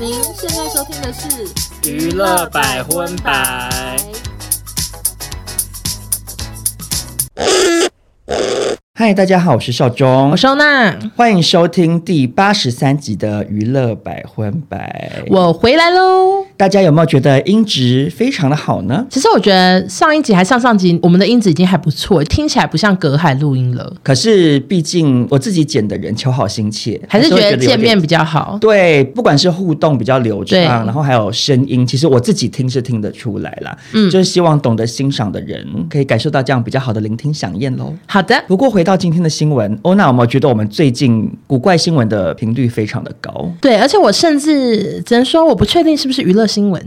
您现在收听的是《娱乐百分百》。嗨，大家好，我是少中我，收纳，欢迎收听第八十三集的娱乐百分百。我回来喽。大家有没有觉得音质非常的好呢？其实我觉得上一集还上上集，我们的音质已经还不错，听起来不像隔海录音了，可是毕竟我自己剪的人求好心切，还是觉会得有点见面比较好。对，不管是互动比较流畅，对然后还有声音，其实我自己听是听得出来啦。嗯，就是希望懂得欣赏的人可以感受到这样比较好的聆听响宴喽。好的，不过回到今天的新闻，欧娜有没有觉得我们最近古怪新闻的频率非常的高？对，而且我甚至只能说我不确定是不是娱乐新闻，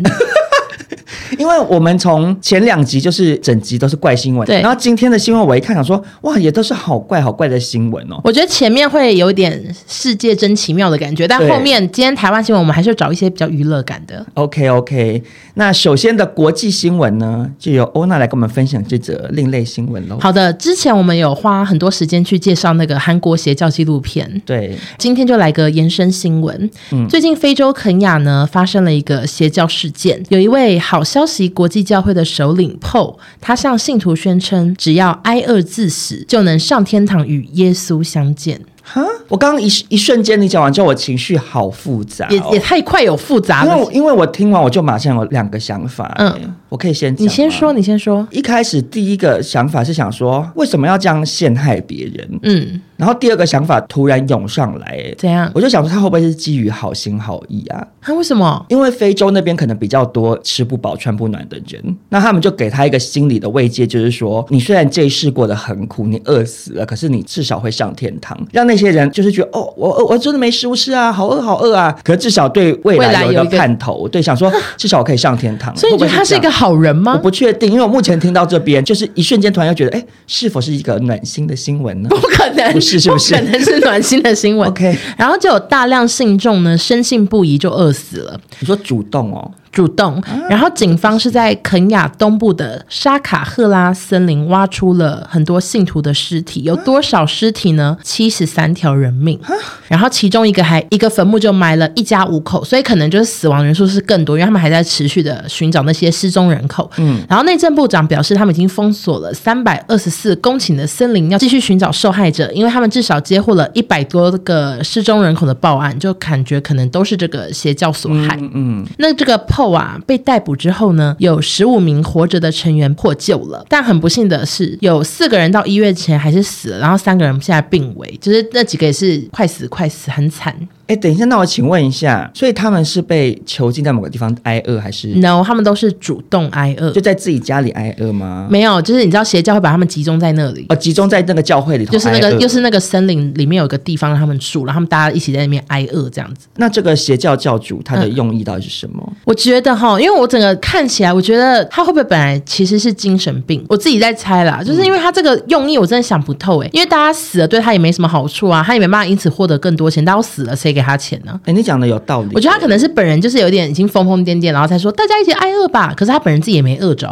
因为我们从前两集就是整集都是怪新闻，对然后今天的新闻我一看，想说哇，也都是好怪好怪的新闻哦。我觉得前面会有点世界真奇妙的感觉，但对后面今天台湾新闻我们还是要找一些比较娱乐感的。 OK OK，那首先的国际新闻呢，就由欧娜来跟我们分享这则另类新闻喽。好的，之前我们有花很多时间去介绍那个韩国邪教纪录片，对，今天就来个延伸新闻。嗯最近非洲肯雅呢发生了一个邪教事件，有一位好消息国际教会的首领 PO，他向信徒宣称，只要挨饿致死，就能上天堂与耶稣相见。哈，我刚刚一一瞬间你讲完之后，我情绪好复杂、也哦也。太快有复杂因为了我。因为我听完我就马上有两个想法，嗯嗯，我可以先讲你先吗说，你先说。一开始第一个想法是想说，为什么要这样陷害别人？嗯，然后第二个想法突然涌上来，欸怎样？我就想说他会不会是基于好心好意啊？他、为什么？因为非洲那边可能比较多吃不饱穿不暖的人，那他们就给他一个心理的慰藉，就是说，你虽然这一世过得很苦，你饿死了，可是你至少会上天堂，让那些人就是觉得哦，我饿，我真的没食物吃啊，好饿好饿啊，可是至少对未未来来有一有个一个盼头，对，想说至少我可以上天堂。所以你觉会得不会他是一这个样？好人嗯我吗？不确定，因为我目前听到这边就是一瞬间，突然又觉得，哎，是否是一个暖心的新闻呢不可能，不是是不是可能是暖心的新闻。 ？OK，然后就有大量信众呢深信不疑就饿死了，你说主动哦，主动。然后警方是在肯雅东部的沙卡赫拉森林挖出了很多信徒的尸体，有多少尸体呢？七十三条人命。然后其中一个还一个坟墓就埋了一家五口，所以可能就是死亡人数是更多，因为他们还在持续的寻找那些失踪人口。嗯，然后内政部长表示，他们已经封锁了三百二十四公顷的森林，要继续寻找受害者，因为他们至少接获了一百多个失踪人口的报案，就感觉可能都是这个邪教所害。嗯那这个 PO 啊被逮捕之后呢，有十五名活着的成员获救了，但很不幸的是，有四个人到医院前还是死了，然后三个人现在病危，就是那几个也是快死快死，很惨。哎，等一下，那我请问一下，所以他们是被囚禁在某个地方挨饿，还是 No，他们都是主动挨饿就，在自己家里挨饿吗？没有，就是你知道邪教会把他们集中在那里。哦，集中在那个教会里头，就是那个，又。是那个森林里面有个地方让他们住，然后他们大家一起在那边挨饿这样子。那这个邪教教主他的嗯用意到底是什么？我觉得哈，因为我整个看起来，我觉得他会不会本来其实是精神病？我自己在猜啦，就是因为他这个用意，我真的想不透哎、因为大家死了对他也没什么好处啊，他也没办法因此获得更多钱。大家都死了，谁给他钱呢？哎、你讲的有道理。我觉得他可能是本人就是有点已经疯疯癫癫，然后才说大家一起挨饿吧。可是他本人自己也没饿着，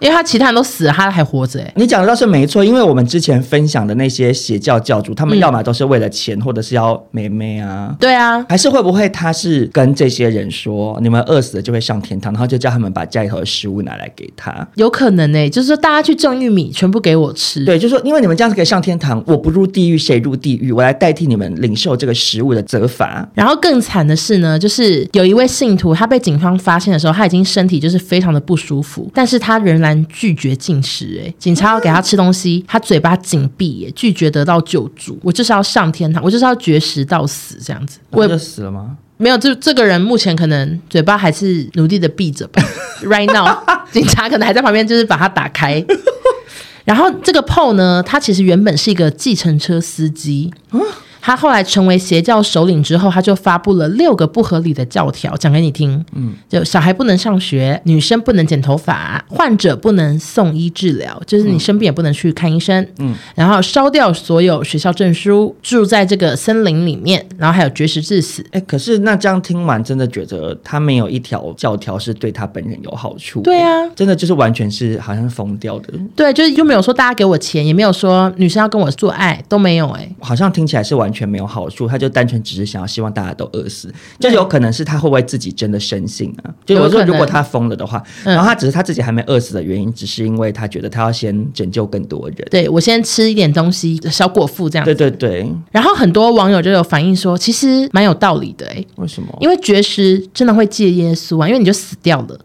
因为他其他人都死了，他还活着哎、你讲的倒是没错，因为我们之前分享的那些邪教教主，他嗯们要么都是为了钱，或者是要妹妹啊。对啊，还是会不会他是跟这些人说，你们饿死了就会上天堂，然后就叫他们把家里头的食物拿来给他？有可能哎、就是说大家去种玉米，全部给我吃。对，就说因为你们这样子可以上天堂，我不入地狱谁入地狱？我来代替你们领受这个食物的责罚。然后更惨的是呢，就是有一位信徒，他被警方发现的时候，他已经身体就是非常的不舒服，但是他仍然拒绝进食、哎，警察要给他吃东西，他嘴巴紧闭、哎，拒绝得到救助。我就是要上天堂，我就是要绝食到死这样子。我我就也死了吗？没有，这这个人目前可能嘴巴还是努力的闭着 吧，right now，警察可能还在旁边，就是把它打 开。然后这个 PO 呢，他其实原本是一个计程车司机，他后来成为邪教首领之后，他就发布了六个不合理的教条，讲给你听。嗯，就小孩不能上学，女生不能剪头发，患者不能送医治疗，就是你生病也不能去看医生。嗯，然后烧掉所有学校证书，住在这个森林里面，然后还有绝食致死。哎、可是那这样听完，真的觉得他没有一条教条是对他本人有好处。对啊真的就是完全是好像是疯掉的，对，就是又没有说大家给我钱，也没有说女生要跟我做爱，都没有哎、好像听起来是完完全没有好处，他就单纯只是想要希望大家都饿死。就有可能是他会不会自己真的生性啊？就有我说，可能如果他疯了的话，嗯然后他只是他自己还没饿死的原因，只是因为他觉得他要先拯救更多人。对我先吃一点东西，小果腹这样对对子。对，然后很多网友就有反映说，其实蛮有道理的哎、欸为什么？因为绝食真的会戒耶稣啊，因为你就死掉 了。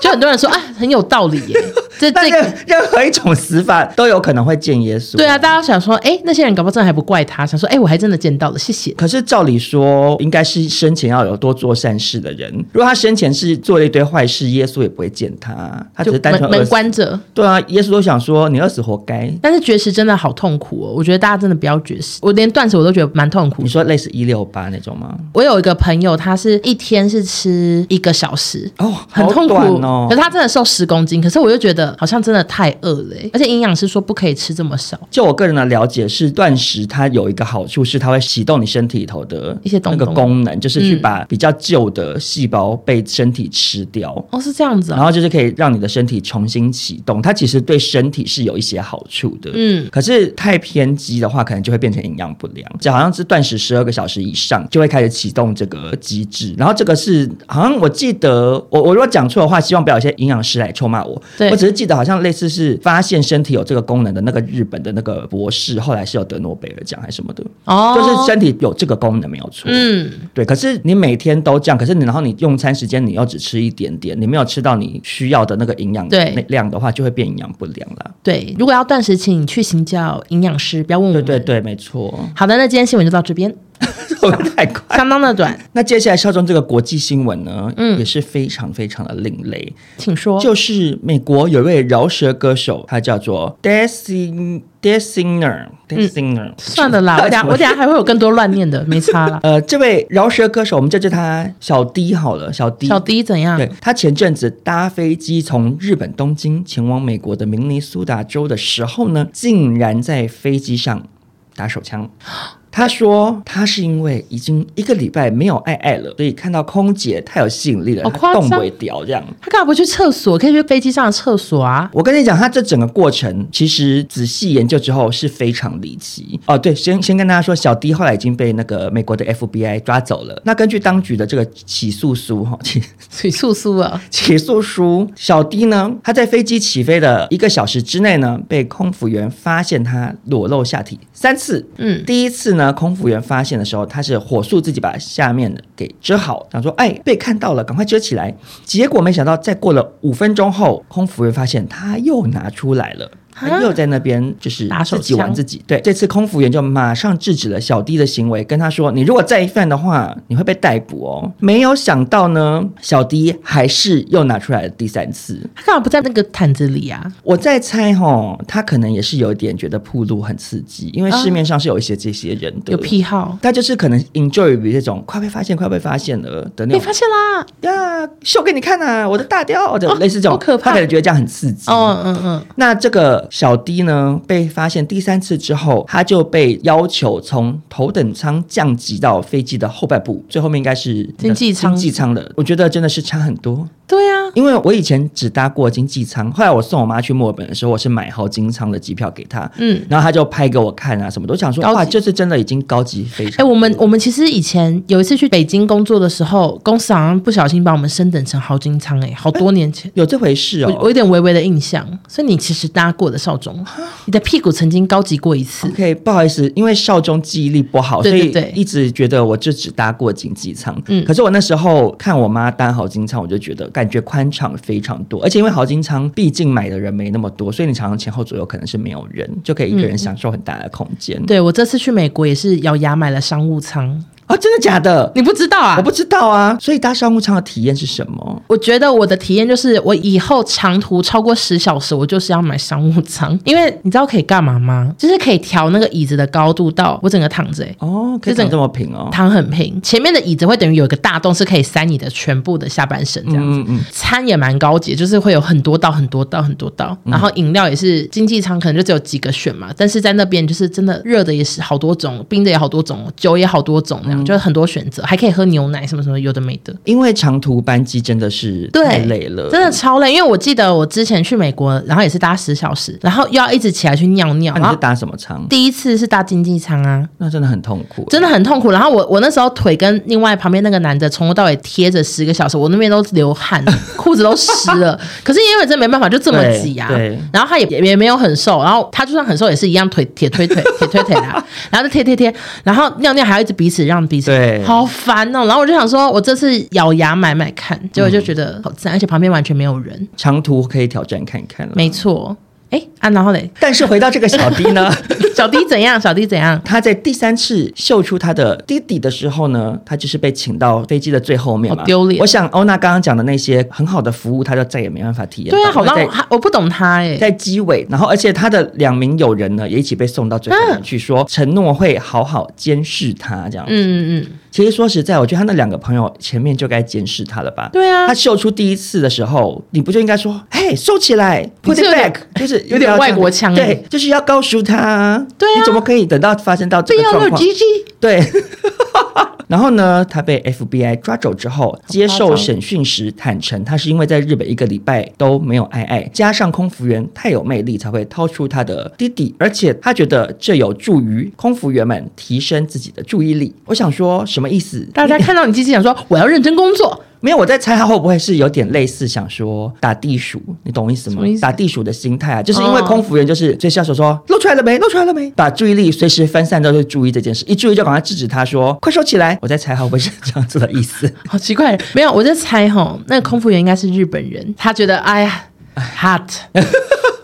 就很多人说，啊，很有道理耶、这但 这个任 任何一种死法都有可能会见耶稣。对啊，大家想说，哎、那些人搞不好真的还不怪他，想说，哎、我还真的见到了，谢谢。可是照理说，应该是生前要有多做善事的人。如果他生前是做了一堆坏事，耶稣也不会见他，他只就是单纯门饿门死。关着，对啊，耶稣都想说你饿死活该。但是绝食真的好痛苦哦，我觉得大家真的不要绝食，我连断食我都觉得蛮痛苦你。说类似一六八那种吗？我有一个朋友，他是一天是吃一个小时，哦，很好痛苦短哦。可是他真的瘦十公斤，可是我就觉得好像真的太饿了欸、而且营养师说不可以吃这么少。就我个人的了解是，断食它有一个好处是，它会启动你身体里头的一些东那东个功能，就是去嗯把比较旧的细胞被身体吃掉。哦，是这样子然啊、后就是可以让你的身体重新启动，它其实对身体是有一些好处的。嗯可是太偏激的话，可能就会变成营养不良，就好像是断食十二个小时以上就会开始启动这个机制。然后这个是好像我记得，我我如果讲错的话，希望不要有些营养师来臭骂我。对我只是记得好像类似是发现身体有这个功能的那个日本的那个博士，后来是有得诺贝尔奖还是什么的，哦，就是身体有这个功能没有错。嗯，对，可是你每天都这样，可是你然后你用餐时间你又只吃一点点，你没有吃到你需要的那个营养对那量的话，就会变营养不良啦。对。如果要断食，请你去请教营养师，不要问我对们。对。对，没错，好的，那今天新闻就到这边，会不会太快。相当的短，那接下来稍中这个国际新闻呢，嗯，也是非常非常的另类，请说。就是美国有一位饶舌歌手，他叫做 Dancing Dancing Dancing，。嗯算了啦，我等下我等下还会有更多乱念的，没差啦 呃，这位饶舌歌手，我们就叫他小 D 好了，小 D，小 D 怎样对？他前阵子搭飞机从日本东京前往美国的明尼苏达州的时候呢，竟然在飞机上打手 枪。他说他是因为已经一个礼拜没有爱爱了，所以看到空姐太有吸引力了，好他夸张动尾屌这样。他干嘛不去厕所？可以去飞机上的厕所啊。我跟你讲，他这整个过程其实仔细研究之后是非常离奇哦。对，先先跟大家说，小 D 后来已经被那个美国的 FBI 抓走了。那根据当局的这个起诉书哈，起水素素啊，起诉书，小 D 呢，他在飞机起飞的一个小时之内呢，被空服员发现他裸露下体三次。嗯，第一次呢，空服员发现的时候，他是火速自己把下面的给遮好，想说哎被看到了，赶快遮起来。结果没想到，再过了五分钟后，空服员发现他又拿出来了。他啊又在那边就是打手自己玩枪自己，对，这次空服员就马上制止了小 D 的行为，跟他说：“你如果再犯的话，你会被逮捕哦。”没有想到呢，小 D 还是又拿出来了第三次。他干嘛不在那个毯子里啊？我在猜吼、他可能也是有一点觉得铺路很刺激，因为市面上是有一些这些人的，啊有癖好，他就是可能 enjoy 于这种快被发现、快被发现了的那种被发现啦。呀，秀给你看啊，我的大雕的、类似这种，好哦可怕他可能觉得这样很刺激。哦，嗯嗯，那这个小 D 呢，被发现第三次之后，他就被要求从头等舱降级到飞机的后半部，最后面应该是经济舱经济舱了。我觉得真的是差很多，对啊，因为我以前只搭过经济舱，后来我送我妈去墨尔本的时候，我是买好经舱的机票给她，嗯。然后她就拍给我看啊，什么都想说高级哇，就是真的已经高级非哎、常。我们我们其实以前有一次去北京工作的时候，公司好像不小心把我们升等成豪金仓，哎，好多年前，有这回事我我哦哎有点微微的印象。所以你其实搭过的少中，你的屁股曾经高级过一次， ，OK，不好意思，因为少中记忆力不好，对对所对以一直觉得我就只搭过经济舱。嗯可是我那时候看我妈搭豪金舱，我就觉得感觉宽敞非常多，而且因为豪金舱毕竟买的人没那么多，所以你常常前后左右可能是没有人，就可以一个人享受很大的空间。对我这次去美国也是咬牙买了商务舱，啊，真的假的？你不知道啊？我不知道啊，所以搭商务舱的体验是什么？我觉得我的体验就是，我以后长途超过十小时，我就是要买商务舱，因为你知道可以干嘛吗？就是可以调那个椅子的高度到我整个躺着、欸。哦，可以这长种这么平哦。躺很平，前面的椅子会等于有一个大洞，是可以塞你的全部的下半身这样子。嗯嗯，餐也蛮高级，就是会有很多道、很多道、很多道，嗯然后饮料也是经济舱可能就只有几个选嘛，但是在那边就是真的热的也是好多种，冰的也好多种，酒也好多种那嗯样。样，就是很多选择，还可以喝牛奶什么什么，有的没的。因为长途班机真的是对，太累了，真的超累。因为我记得我之前去美国，然后也是搭十小时，然后又要一直起来去尿尿，那啊你然后是搭什么舱？第一次是搭经济舱啊，那真的很痛苦，欸真的很痛苦。然后我我那时候腿跟另外旁边那个男的从头到尾贴着十个小时，我那边都流汗， 裤子都湿 了。可是因为真没办法，就这么挤啊对对。然后他也也也没有很瘦，然后他就算很瘦也是一样腿铁推腿铁推腿 啊，然后就贴贴贴，然后尿尿还要一直彼此让彼此，对好烦哦。然后我就想说，我这次咬牙买买看，结果就觉嗯得好赞，而且旁边完全没有人，长途可以挑战看看了。没错。哎啊，然 后嘞，但是回到这个小 D 呢， 小弟怎样？小弟怎样？他在第三次秀出他的弟弟的时候呢，他就是被请到飞机的最后面嘛，好丢脸我想欧娜刚刚讲的那些很好的服务，他就再也没办法体验到。对啊，好因让为我我不懂他哎、在在机尾，然后而且他的两名友人呢，也一起被送到最后面去，说承诺会好好监视他这样。嗯嗯嗯，其实说实在，我觉得他那两个朋友前面就该监视他了吧？对啊他秀出第一次的时候，你不就应该说，嘿，收起来你，put 这 it 有点 back，就是 有点外国腔欸对，就是要告诉他，对啊你怎么可以等到发生到这对个呀，状有况？鸡鸡，对。 然后呢，他被 FBI 抓走之后，接受审讯时坦诚，他是因为在日本一个礼拜都没有爱爱，加上空服员太有魅力，才会掏出他的弟弟，而且他觉得这有助于空服员们提升自己的注意力。我想说什么意思？大家看到你鸡鸡，想 说我要认真工作，没有，我在猜他会不会是有点类似想说打地鼠，你懂我意思什吗么意？思打地鼠的心态啊，就是因为哦空服员就是最下手说露出来了没，露出来了没，把注意力随时分散到去注意这件事，一注意就赶快制止他说快收起来。我在猜他会不会是这样子的意思？好奇怪。没有，我在猜吼，那个空服员应该是日本人，他觉得哎呀，hot。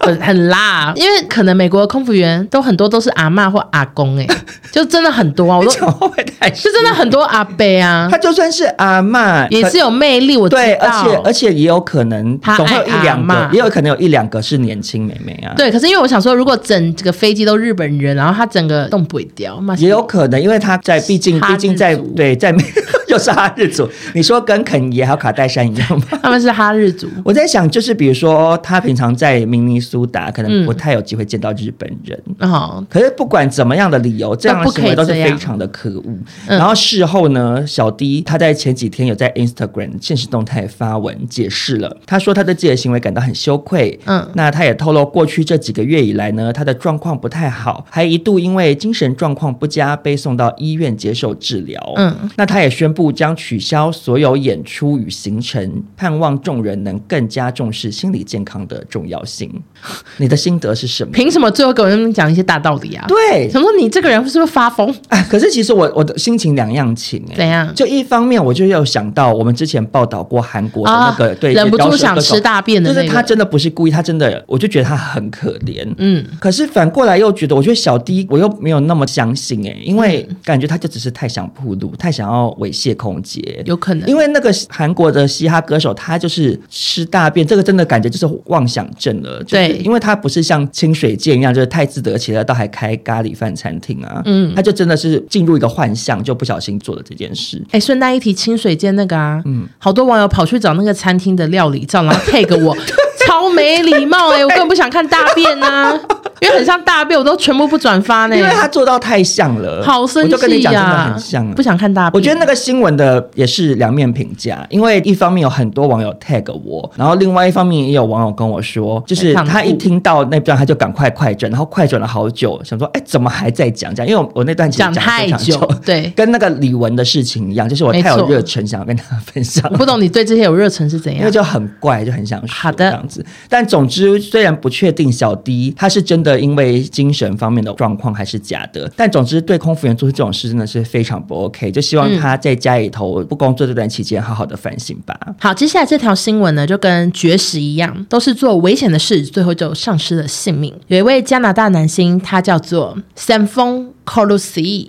很很辣，因为可能美国的空服员都很多都是阿嬷或阿公 哎、就真的很多 啊，我你都讲话会不会太就真的很多阿伯啊他，就算是阿嬷，也是有魅力，我可知道。对，而且而且也有可能他爱总会有一两阿个，嬷也有可能有一两个是年轻妹妹啊。对，可是因为我想说，如果整个飞机都日本人，然后他整个动不掉，嘛也有可能，因为他在，毕竟哈毕日竟在族对在 又是哈日族，你说跟肯爷还有卡戴珊一样吗？他们是哈日族，我在想，就是比如说，他平常在明尼苏达，可能嗯不太有机会见到日本人。哦，可是不管怎么样的理由，这样的都不行可以为都是这样嗯非常的可恶。然后事后呢，小 D 他在前几天有在 Instagram 现实动态发文解释了，他说他对自己的行为感到很羞愧。嗯那他也透露，过去这几个月以来呢，他的状况不太好，还一度因为精神状况不佳被送到医院接受治疗。嗯，那他也宣布将取消所有演出与行程，盼望众人能更加重视心理健康的重要性。 你的心得是什么？ 凭什么最后给我们讲一些大道理啊？对，想说你这个人是不是发疯？啊，可是其实我我的心情两样情哎、怎样就一方面，我就有想到我们之前报道过韩国的那个、啊对忍不饶住舌想歌手吃大便的就是那他个真的不是故意，他真的，我就觉得他很可怜。嗯，可是反过来又觉得，我觉得小 D 我又没有那么相信哎、因为嗯感觉他就只是太想铺路，太想要猥亵空姐，有可能因为那个韩国的嘻哈歌手，他就是吃大便，这个真的感觉就是妄想症了。就是对因为他不是像清水健一样，就是太自得其乐，到还开咖喱饭餐厅啊。嗯，他就真的是进入一个幻象，就不小心做了这件事。哎，顺带一提，清水间那个啊，嗯好多网友跑去找那个餐厅的料理照，然后 tag 我，超没礼貌哎、我根本不想看大便啊， 因为很像大便，我都全部不转发呢、因为他做到太像了，好生我就跟你气讲，呀、真的很像、啊不。想看大便。我觉得那个新闻的也是两面评价，因为一方面有很多网友 tag 我，然后另外一方面也有网友跟我说，就是他一听到那段他就赶快快转，然后快转了好久，想说哎怎么还在讲这样？因为我我那段其实讲得太非常久久，，对，跟那个李玟的事情一样，就是我没太有错热忱想要跟大家分享我。不懂你对这些有热忱是怎因为样。就很怪，就很想好说这的样子。但总之，虽然不确定小 D 他是真的因为精神方面的状况还是假的，但总之对空服员做出这种事真的是非常不 OK。就希望他在家里头不工作这段期间好好的反省吧。好，接下来这条新闻呢，就跟绝食一样，都是做危险的事，最后就丧失了性命。有一位加拿大男星，他叫做 Sam f o n c o l u s i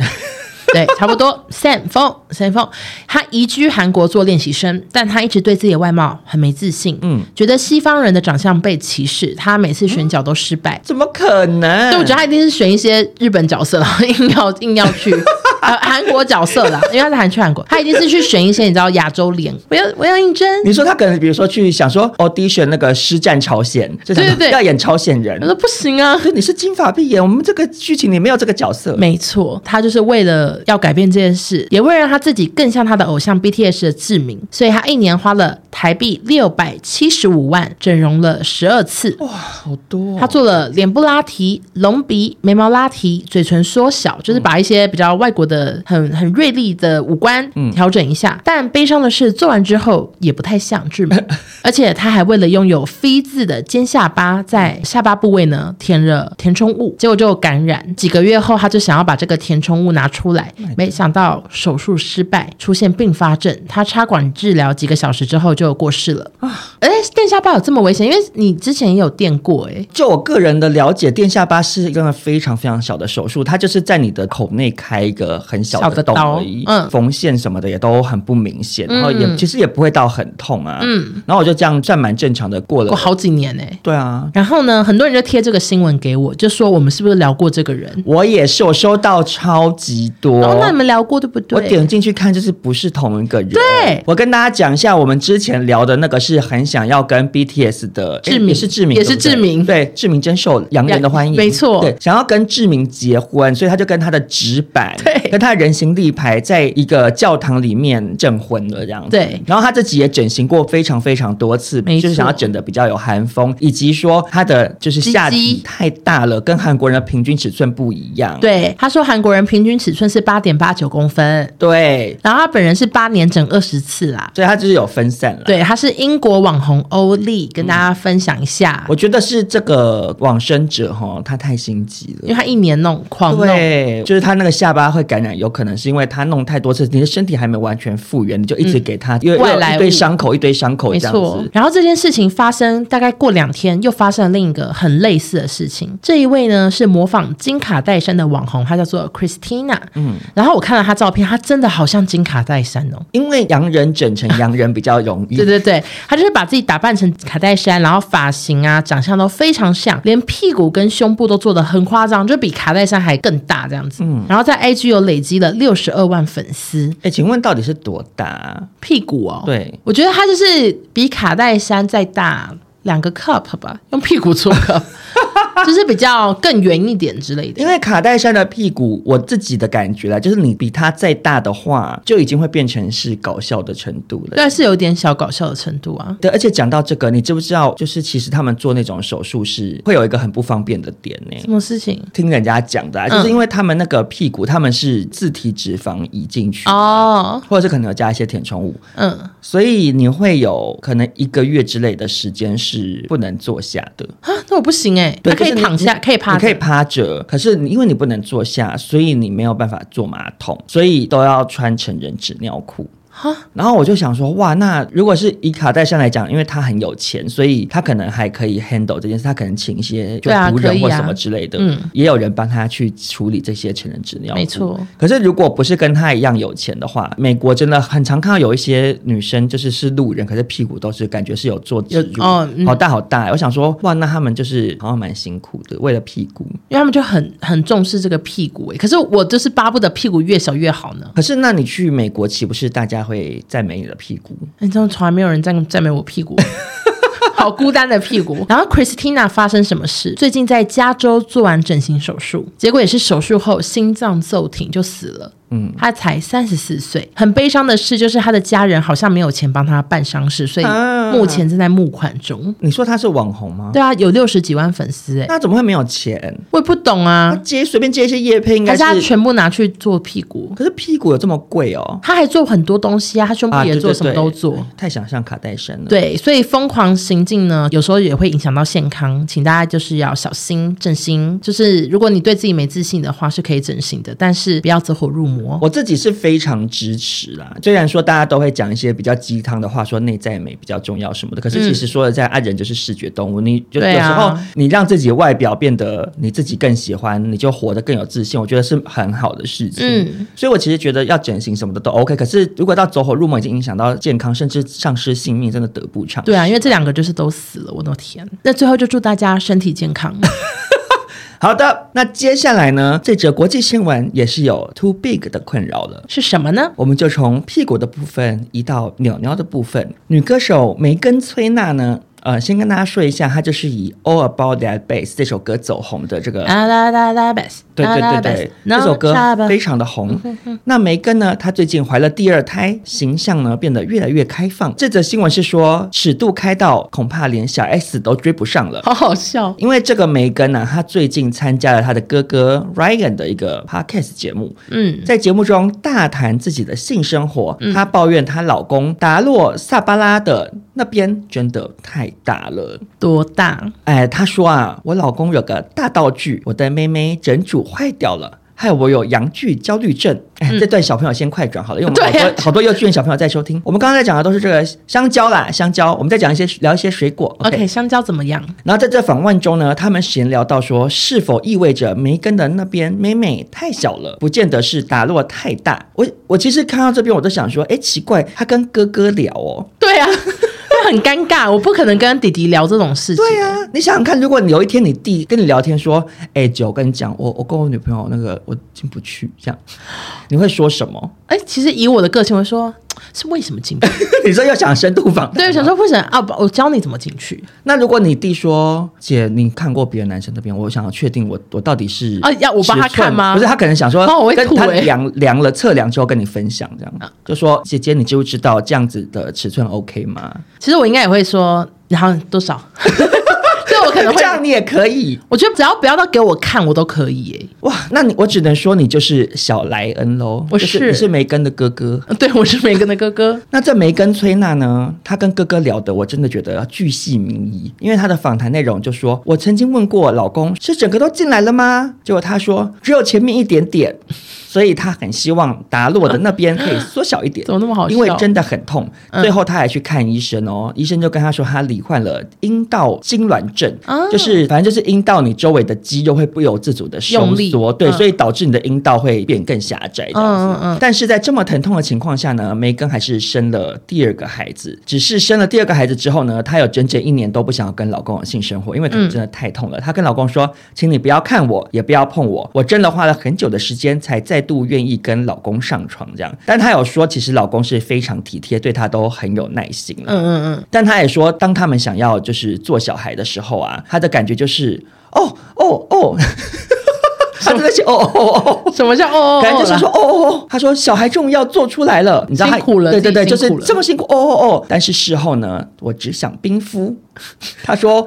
对，差不多。Sam f o n Sam f o n 他移居韩国做练习生，但他一直对自己的外貌很没自信，嗯，觉得西方人的长相被歧视，他每次选角都失败。怎么可能？所以我觉得他一定是选一些日本角色，然后硬要硬要去。呃韩国角色啦，因为他是韩去韩国，他一定是去选一些你知道亚洲脸，我要我要应征。你说他可能比如说去想说哦 audition 那个师战朝鲜，就想对对对要演朝鲜人我，说不行啊，可你是金发碧眼，我们这个剧情里没有这个角色。没错，他就是为了要改变这件事，也为了让他自己更像他的偶像 BTS 的志明，所以他一年花了台币六百七十五万整容了十二次。哇，好多、哦！他做了脸部拉提、隆鼻、眉毛拉提、嘴唇缩小，就是把一些比较外国的很很锐利的五官调整一下。但悲伤的是，做完之后也不太像志明，而且他还为了拥有 V 字的尖下巴，在下巴部位呢填了填充物，结果就感染。几个月后，他就想要把这个填充物拿出来，没想到手术失败，出现并发症。他插管治疗几个小时之后就过世了。哎，垫下巴有这么危险？因为你之前也有垫过哎、就我个人的了解，垫下巴是一个非常非常小的手术，它就是在你的口内开一个很小小的的洞刀而已，嗯缝线什么的也都很不明显，然后也、其实也不会到很痛啊，嗯，然后我就这样算蛮正常的过了，过好几年哎、对啊。然后呢，很多人就贴这个新闻给我，就说我们是不是聊过这个人？我也是，我收到超级多。哦，那你们聊过对不对？我点进去看，就是不是同一个人。对我跟大家讲一下，我们之前聊的那个是很想要跟 BTS 的志诶明也是志明，也是对不对志明对，志明真受洋人的欢迎，没错对，想要跟志明结婚，所以他就跟他的纸板，对跟他的人形立牌，在一个教堂里面证婚了这样子。对然后他自己也整形过非常非常多次，没错就是想要整的比较有韩风，以及说他的就是下鸡体鸡太大了，跟韩国人的平均尺寸不一样。对，他说韩国人平均尺寸是八点八九公分，对，然后他本人是八年整二十次啦。所以他就是有分散了。对，他是英国网红欧丽，跟大家分享一下，我觉得是这个往生者哈，他太心急因为了。他一年弄狂弄。对，就是他那个下巴会感染，有可能是因为他弄太多次，你的身体还没完全复原，你就一直给他，因为嗯外来物一堆伤口，一堆伤口没这样错子，。然后这件事情发生大概过两天，又发生了另一个很类似的事情。这一位呢是模仿金卡戴珊的网红，她叫做 Christina。嗯，然后我看了她照片，她真的好像金卡戴珊哦。因为洋人整成洋人比较容易，对对对，她 就是把自己打扮成卡戴珊，然后发型啊、长相都非常像，连屁股跟胸部都做的很夸张，就比卡戴珊还更大这样子。嗯，然后在 IG 有累积了六十二万粉丝，哎，请问到底是多大？屁股哦，对，我觉得它就是比卡戴珊再大两个 cup 吧，用屁股做 cup，就是比较更圆一点之类的。因为卡戴珊的屁股，我自己的感觉啦，就是你比他再大的话，就已经会变成是搞笑的程度了。但是有点小搞笑的程度啊，对，而且讲到这个，你知不知道，就是其实他们做那种手术是会有一个很不方便的点呢、什么事情？听人家讲的、啊，嗯就是因为他们那个屁股，他们是自体脂肪移进去，哦，或者是可能有加一些填充物，嗯，所以你会有可能一个月之类的时间是不能坐下的。啊，那我不行哎、欸，对它可以就是你躺下，可以趴你可以着，趴着，可是你因为你不能坐下，所以你没有办法坐马桶，所以都要穿成人纸尿裤。然后我就想说，哇，那如果是以卡戴珊来讲，因为他很有钱，所以他可能还可以 handle 这件事，他可能请一些就对啊仆可人以或啊什么之类的，嗯也有人帮他去处理这些成人纸尿裤。没错。可是如果不是跟他一样有钱的话，美国真的很常看到有一些女生就是是路人，可是屁股都是感觉是有做植入，有哦嗯好大好大。我想说，哇，那他们就是好像蛮辛苦的，为了屁股。因为他们就很很重视这个屁股哎、可是我就是巴不得屁股越小越好呢。可是那你去美国，岂不是大家会赞美你的屁股？你知道哎从来没有人赞赞美我屁 股。好孤单的屁股。然后 Christina 发生什么事？最近在加州做完整形手术，结果也是手术后心脏骤停就死了。嗯，她才三十四岁。很悲伤的事就是她的家人好像没有钱帮她办丧事，所以啊目前正在募款中。你说他是网红吗？对啊，有六十几万粉丝哎、那怎么会没有钱？我也不懂他啊，接随便接一些叶配应还该是她是，全部拿去做屁股？可是屁股有这么贵哦？她还做很多东西啊，她胸部啊也对做，对什么对都做。太想像卡戴珊了。，对，所以疯狂行径呢，有时候也会影响到健康，请大家就是要小心整形。就是如果你对自己没自信的话，是可以整形的，但是不要走火入魔。我自己是非常支持啦。虽然说大家都会讲一些比较鸡汤的话，说内在美比较重要什么的，可是其实说实在，啊，人就是视觉动物。你就有嗯对时啊候你让自己外表变得你自己更喜欢，你就活得更有自信，我觉得是很好的事情。嗯所以我其实觉得要整形什么的都 OK，可是如果到走火入魔已经影响到健康，甚至丧失性命，真的得不偿失。对啊，因为这两个就是都死了，我的天！那最后就祝大家身体健康。好的，那接下来呢，这则国际新闻也是有 too big 的困扰了。是什么呢？我们就从屁股的部分移到鸟鸟的部分。女歌手梅根·崔娜呢，呃，先跟大家说一下，她就是以《All About That Bass》这首歌走红的这个。啊啦啦啦 b e s 对对对对，这首歌非常的红。那梅根呢？她最近怀了第二胎，形象呢变得越来越开放。这则新闻是说，尺度开到恐怕连小 S 都追不上了。好好笑。因为这个梅根呢、她最近参加了她的哥哥 Ryan 的一个 podcast 节目，嗯，在节目中大谈自己的性生活，她抱怨她老公达洛萨巴拉的那边真的太大了。多大？哎，她说啊，我老公有个大道具，我的妹妹整组坏掉了。害我有阳具焦虑症，哎，这段小朋友先快转好了，因为我们好嗯对多、啊好多幼稚园小朋友在收听。我们刚刚在讲的都是这个香蕉啦，香蕉，我们在讲一些聊一些水果。 OK，香蕉怎么样？然后在这访问中呢，他们闲聊到说，是否意味着梅根的那边妹妹太小了，不见得是达洛太大。我我其实看到这边，我都想说，哎，奇怪，他跟哥哥聊哦。对啊，会很尴尬，我不可能跟弟弟聊这种事情。对啊呀、你想想看，如果你有一天你弟跟你聊天说，哎，姐，我跟你讲，我我跟我女朋友那个我进不去，这样，你会说什么？ 哎、其实以我的个性，我会说是为什么进不去？你说要想深度访谈，对，想。说为什么啊？不我教你怎么进去那如果你弟说，姐，你看过别的男生那边，我想要确定我我到底是啊要我帮他尺寸看吗不是，他可能想说，哦我会跟吐他欸啊量量了测量之后跟你分享，这样、就说，姐姐，你知不知道这样子的尺寸 OK 吗？其实我应该也会说，然后多少？ 所以我可能 这会，样你也可以我觉得只要不要到给我看，我都可以耶、 哇。那你我只能说你就是小莱恩喽，我就是是你是梅根的哥哥。对，我是梅根的哥哥。那这梅根崔娜呢？她跟哥哥聊的，我真的觉得巨细靡遗，因为她的访谈内容就说，我曾经问过老公，是整个都进来了吗？结果他说只有前面一点点， 所以她很希望达洛的那边可以缩小一点。怎么那么好笑因为真的很痛。嗯最后她还去看医生哦，医生就跟她说，她罹患了阴道痉挛症，啊就是反正就是阴道你周围的肌肉会不由自主的收用力缩，对，嗯所以导致你的阴道会变更狭窄这样子。嗯嗯嗯但是在这么疼痛的情况下呢，梅根还是生了第二个孩子。只是生了第二个孩子之后呢，她有整整一年都不想要跟老公有性生活，因为可能真的太痛了。她跟老公说：“请你不要看我，也不要碰我。”我真的花了很久的时间才再度愿意跟老公上床这样。但她有说，其实老公是非常体贴，对她都很有耐心了。嗯嗯嗯，但她也说，当他们想要就是做小孩的时候啊，她的感觉就是哦哦哦，她真的是哦哦哦。什么叫哦哦哦啦？感觉就是说，哦哦哦，他说小孩终于要做出来了，你知道他辛苦了对对对，就自是己辛苦了这么辛苦，哦哦哦。但是事后呢，我只想冰敷，他说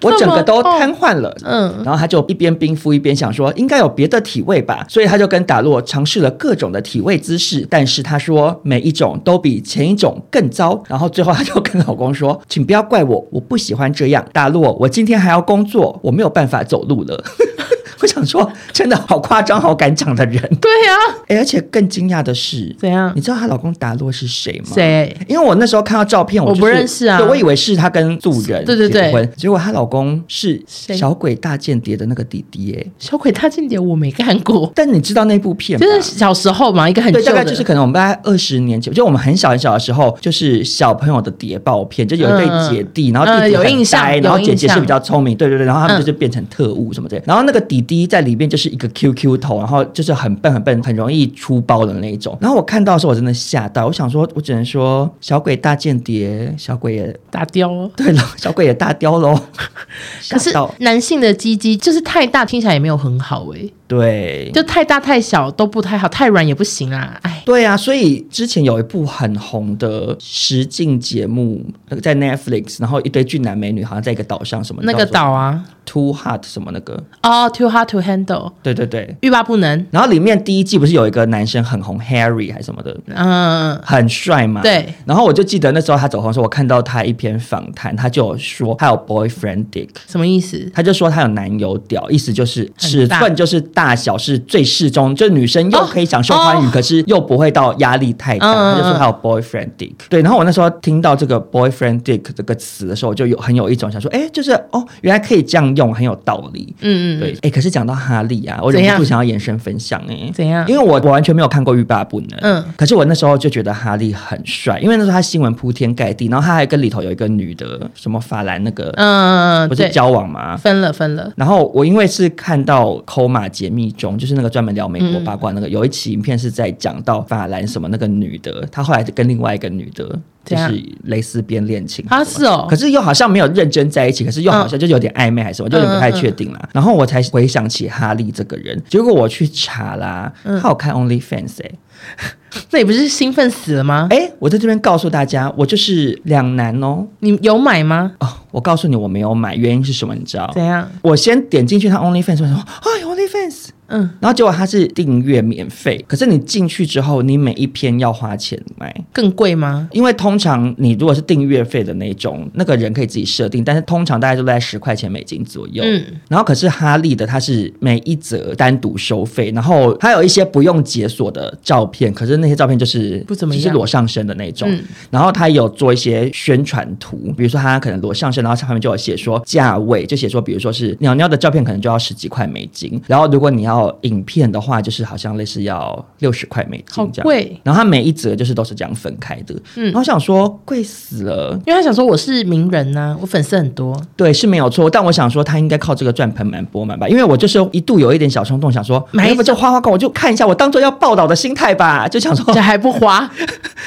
我整个都这么痛瘫痪了，嗯，然后他就一边冰敷一边想说，应该有别的体位吧，所以他就跟达洛尝试了各种的体位姿势，但是他说每一种都比前一种更糟。然后最后他就跟老公说， 请不要怪我，我不喜欢这样。达洛，我今天还要工作，我没有办法走路了。 我想说，真的好夸张，好敢讲的人。 对 呀、哎而且更惊讶的是，怎样你？知道她老公达洛是谁吗？谁？因为我那时候看到照片，我就是不认识啊对我以为是她跟路人对对对结婚，结果她老公是谁小鬼大间谍的那个弟弟耶。小鬼大间谍我没看过，但你知道那部片吗？就是小时候嘛，一个很旧对，的，大概就是可能我们大概二十年前，就我们很小很小的时候，就是小朋友的谍报片，就有一对姐弟，然后弟嗯弟有很印象呆有然后姐印姐是象比较聪明，对对对，然后他们嗯就是变成特务什么的。然后那个弟弟在里面就是一个 QQ 头，然后就是很笨很笨，很容易出包的那一种。然后我看到的时候我真的吓到，我想说，我只能说小鬼大间谍，小鬼也打雕哦。对了，小鬼也大雕喽，吓可是到。男性的鸡鸡就是太大，听起来也没有很好哎、对，就太大太小都不太好，太软也不行啊，哎。对啊，所以之前有一部很红的实境节目，那个在 Netflix，然后一堆俊男美女好像在一个岛上什么那个岛啊， Too Hot 什么那个，哦、t o o hard to handle，对对对。欲罢不能。然后里面第一季不是有一个男生很红 Harry 还是什么的，嗯，很帅嘛。对。然后我就记得那时候他走红的时候，我看到他一篇访谈，他就有说他有 boyfriend dick，什么意思？他就说他有男友屌，意思就是尺很大寸就是大大小是最适中，就女生又可以享受欢愉，哦哦可是又不会到压力太大。嗯嗯嗯他就说他有 boyfriend dick，对。然后我那时候听到这个 boyfriend dick 这个词的时候，我就有很有一种想说，哎，就是哦，原来可以这样用，很有道理。嗯嗯，对，哎，可是讲到哈利啊，我怎忍样不住想要延伸分享哎、怎样因为我我完全没有看过欲罢不能，嗯嗯，可是我那时候就觉得哈利很帅，因为那时候他新闻铺天盖地，然后他还跟里头有一个女的，什么法兰那个，嗯，不对是，交往吗？分了分了，然后我因为是看到《抠马解密中》，就是那个专门聊美国嗯八卦那个，有一期影片是在讲到法兰什么那个女的，她后来跟另外一个女的，就怎样是蕾丝边恋情啊什么是哦可是又好像没有认真在一起，可是又好像就有点暧昧还是什么，就有嗯点不太确定啦。然后我才回想起哈利这个人，结果我去查啦，嗯他有看 OnlyFans 哎、那你不是兴奋死了吗？哎、我在这边告诉大家，我就是两难哦。你有买吗？哦，我告诉你我没有买，原因是什么你知道？怎样？我先点进去他 OnlyFans，我想说，哎，OnlyFans，嗯，然后结果它是订阅免费，可是你进去之后，你每一篇要花钱买。更贵吗？因为通常你如果是订阅费的那种，那个人可以自己设定，但是通常大概都在十块钱美金左右。嗯，然后可是哈利的它是每一则单独收费，然后还有一些不用解锁的照片，可是那些照片就是不怎么样就是裸上身的那种。嗯然后他有做一些宣传图，比如说他可能裸上身，然后上面就有写说价位，就写说比如说是鸟鸟的照片可能就要十几块美金，然后如果你要影片的话，就是好像类似要六十块美金好这样。贵然后他每一则就是都是这样分开的，嗯然后我想说贵死了，因为他想说我是名人呐、我粉丝 很多，对，是没有错，但我想说他应该靠这个赚盆满钵满吧，因为我就是一度有一点小冲动，想说买一买不种就花花购，我就看一下，我当做要报道的心态吧，就想说 这，还不花？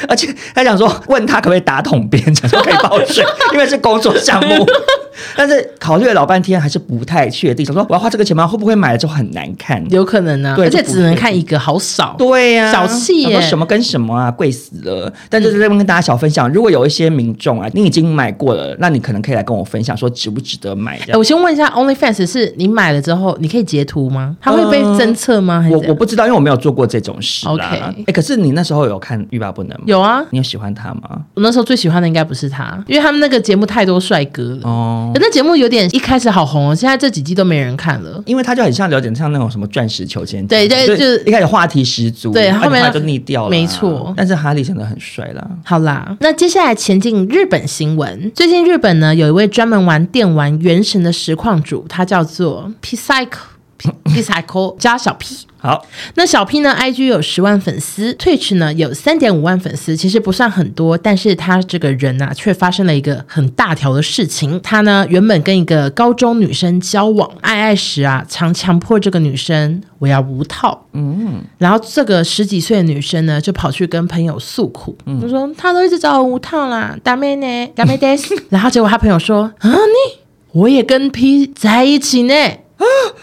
而且他想说问他可不可以打桶边，想 说可以报税，因为是工作项目。 但是考虑了老半天，还是不太确定，想说我要花这个钱吗？会不会买了就很难看？有可能啊，对而且就不只能看一个，好少。对呀、小气耶想说什么跟什么啊，贵死了。但就是在这边跟大家小分享，如果有一些民众啊，你已经买过了，那你可能可以来跟我分享，说值不值得买这哎、样。我先问一下，OnlyFans 是你买了之后，你可以截图吗？它会被侦测吗？还是呃我怎我样不知道，因为我没有做过这种事啦。 OK 哎，可是你那时候有看《欲罢不能》吗？有啊，你有喜欢他吗？我那时候最喜欢的应该不是他，因为他们那个节目太多帅哥了。哦，可那节目有点一开始好红哦，现在这几季都没人看了。因为他就很像有点像那种什么钻石求签者，对对就就是一开始话题十足，对然后面就腻掉了啊，没错但是哈利真的很帅啦。好啦，那接下来前进日本新闻。最近日本呢有一位专门玩电玩《原神》的实况主，他叫做 p s y c h o p s y c h o 加小 P。好，那小 P 呢，IG 有十万粉丝，Twitch 呢有三点五万粉丝，其实不算很多，但是他这个人呐、却发生了一个很大条的事情。他呢，原本跟一个高中女生交往，爱爱时啊，常强迫这个女生我要无套，嗯，然后这个十几岁的女生呢，就跑去跟朋友诉苦，嗯、就说她都一直找我无套啦，达妹呢，达 妹 des，然后结果她朋友说啊你。我也跟 P 在一起呢，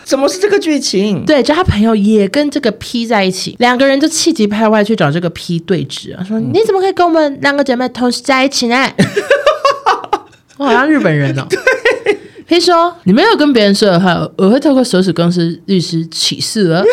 怎么是这个剧情？对，就他朋友也跟这个 P 在一起，两个人就气急败坏去找这个 P 对峙啊，说你怎么可以跟我们两个姐妹同时在一起 呢？我好像日本 人哦。P 说：“你没有跟别人说的话，我会透过手指公司律师起诉啊了。”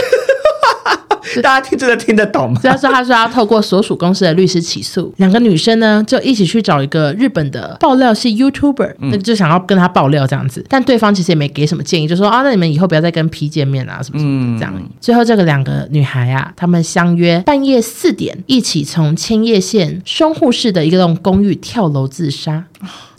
大家听真的听得懂吗所？以他说，他说要透过所属公司的律师起诉两个女生呢，就一起去找一个日本的爆料系 YouTuber，那、就想要跟他爆料这样子。但对方其实也没给什么建议，就说啊，那你们以后不要再跟 P 见面啊，什么什么的这样。最后这个两个女孩啊，她们相约半夜四点一起从千叶县松户市的一栋公寓跳楼自杀，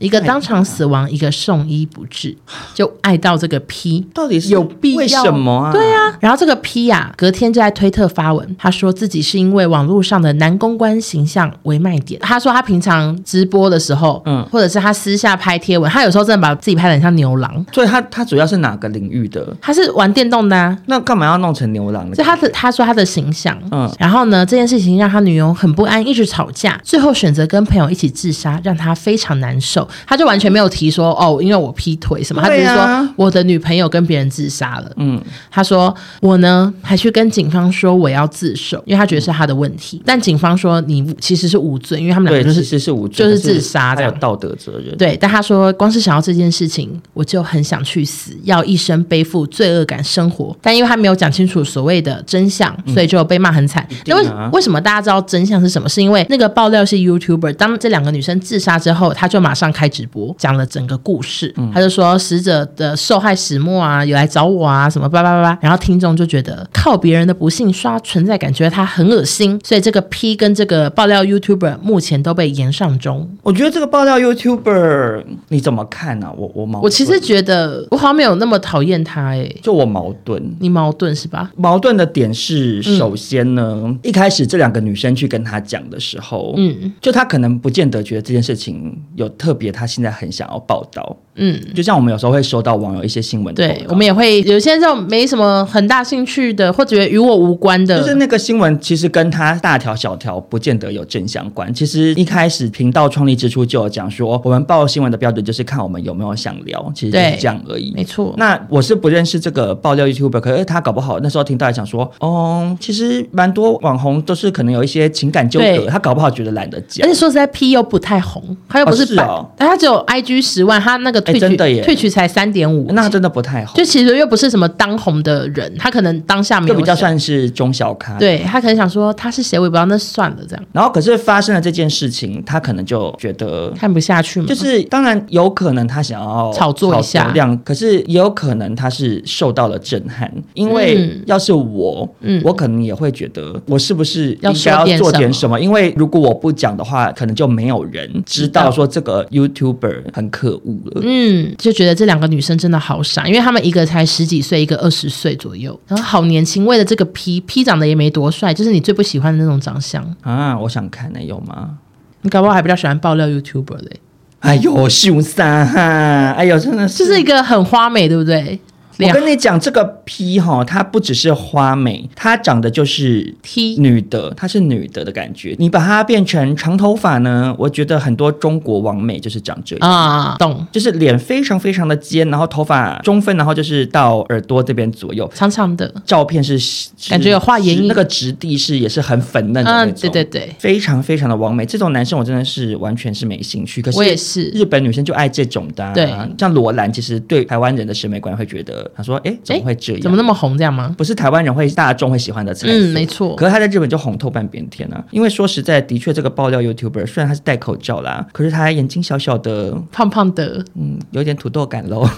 一个当场死亡，一个送医不治，就爱到这个 P 到底是有必要为什么啊？对啊，然后这个 P 呀、隔天就在推特发文，他说自己是因为网络上的男公关形象为卖点。他说他平常直播的时候，嗯嗯，或者是他私下拍贴文，他有时候真的把自己拍的很像牛郎。所以他他主要是哪个领域的？他是玩电动的、啊，那干嘛要弄成牛郎呢？就他的他说他的形象，嗯嗯，然后呢，这件事情让他女友很不安，一直吵架，最后选择跟朋友一起自杀，让他非常难受。他就完全没有提说哦，因为我劈腿什么，他只对是啊说我的女朋友跟别人自杀了。嗯，他说我呢还去跟警方说我要自首，因为他觉得是他的问题，但警方说你其实是无罪，因为他们两对，个就其是。实是无罪，就是可自杀他这样有道德责任。对，但他说，光是想要这件事情，我就很想去死，要一生背负罪恶感生活。但因为他没有讲清楚所谓的真相，所以就被骂很惨。嗯定那啊为为什么大家知道真相是什么？是因为那个爆料是 YouTuber，当这两个女生自杀之后，他就就马上开直播，讲了整个故事。嗯他就说死者的受害始末啊，有来找我啊，什么叭叭叭叭。然后听众就觉得靠别人的不幸刷存在感，觉得他很恶心，所以这个 P 跟这个爆料 YouTuber 目前都被延上中。我觉得这个爆料 YouTuber 你怎么看呢、啊？我我矛盾，我其实觉得我好像没有那么讨厌他诶、就我矛盾。你矛盾是吧？矛盾的点是，首先呢，一开始这两个女生去跟他讲的时候，嗯就他可能不见得觉得这件事情有特别，他现在很想要报道。嗯，就像我们有时候会收到网友一些新闻，对，我们也会有些这种没什么很大兴趣的，或者觉得与我无关的，就是那个新闻，其实跟他大条小条不见得有正相关。其实一开始频道创立之初就有讲说，我们报新闻的标准就是看我们有没有想聊，其实就是对这样而已。没错。那我是不认识这个爆料 YouTuber，可是他搞不好那时候听到还想说，哦，其实蛮多网红都是可能有一些情感纠葛，对他搞不好觉得懒得而讲且。说实在，P 又不太红，他又不哦是百，哦他只有 IG 十万，他那个哎退真取的耶退取才三点五，那他真的不太好，就其实又不是什么当红的人，他可能当下没就有比较啊想嗯算是中小咖。。对他可能想说他是谁，我也不知道，那算了，这样然后可是发生了这件事情，他可能就觉得看不下去嘛。就是当然有可能他想要炒作一下炒量，可是也有可能他是受到了震撼，因为嗯要是我，嗯我可能也会觉得我是不是要应该要说点做点什什么？因为如果我不讲的话，可能就没有人知道说这个 YouTuber 很可恶了。嗯，就觉得这两个女生真的好傻，因为她们一个才十几岁，一个二十岁左右，然后好年轻。为了这个 P，P 长得也没多帅，就是你最不喜欢的那种长相。啊，我想看呢、有吗？你搞不好还比较喜欢爆料 YouTuber 嘞、哎呦，秀三哈！哎呦，真的就是一个很花美，对不对？我两跟你讲，这个 P 哈，她不只是花美，她长得就是 T 女的，她是女的的感觉。你把她变成长头发呢，我觉得很多中国网美就是长这样。啊，懂，就是脸非常非常的尖，然后头发中分，然后就是到耳朵这边左右。长长的，照片是是感觉有画眼影是那个质地是也是很粉嫩的那嗯，种，对对对，非常非常的完美。这种男生我真的是完全是没兴趣。可是我也是日本女生就爱这种的、啊。对像罗兰，其实对台湾人的审美观会觉得，他说：“哎，怎么会这样？怎么那么红这样吗？不是台湾人会大众会喜欢的菜色？”嗯，没错，可是他在日本就红透半边天啊！因为说实在，的确这个爆料 YouTuber 虽然他是戴口罩啦，可是他眼睛小小的，胖胖的。嗯，有点土豆感喽。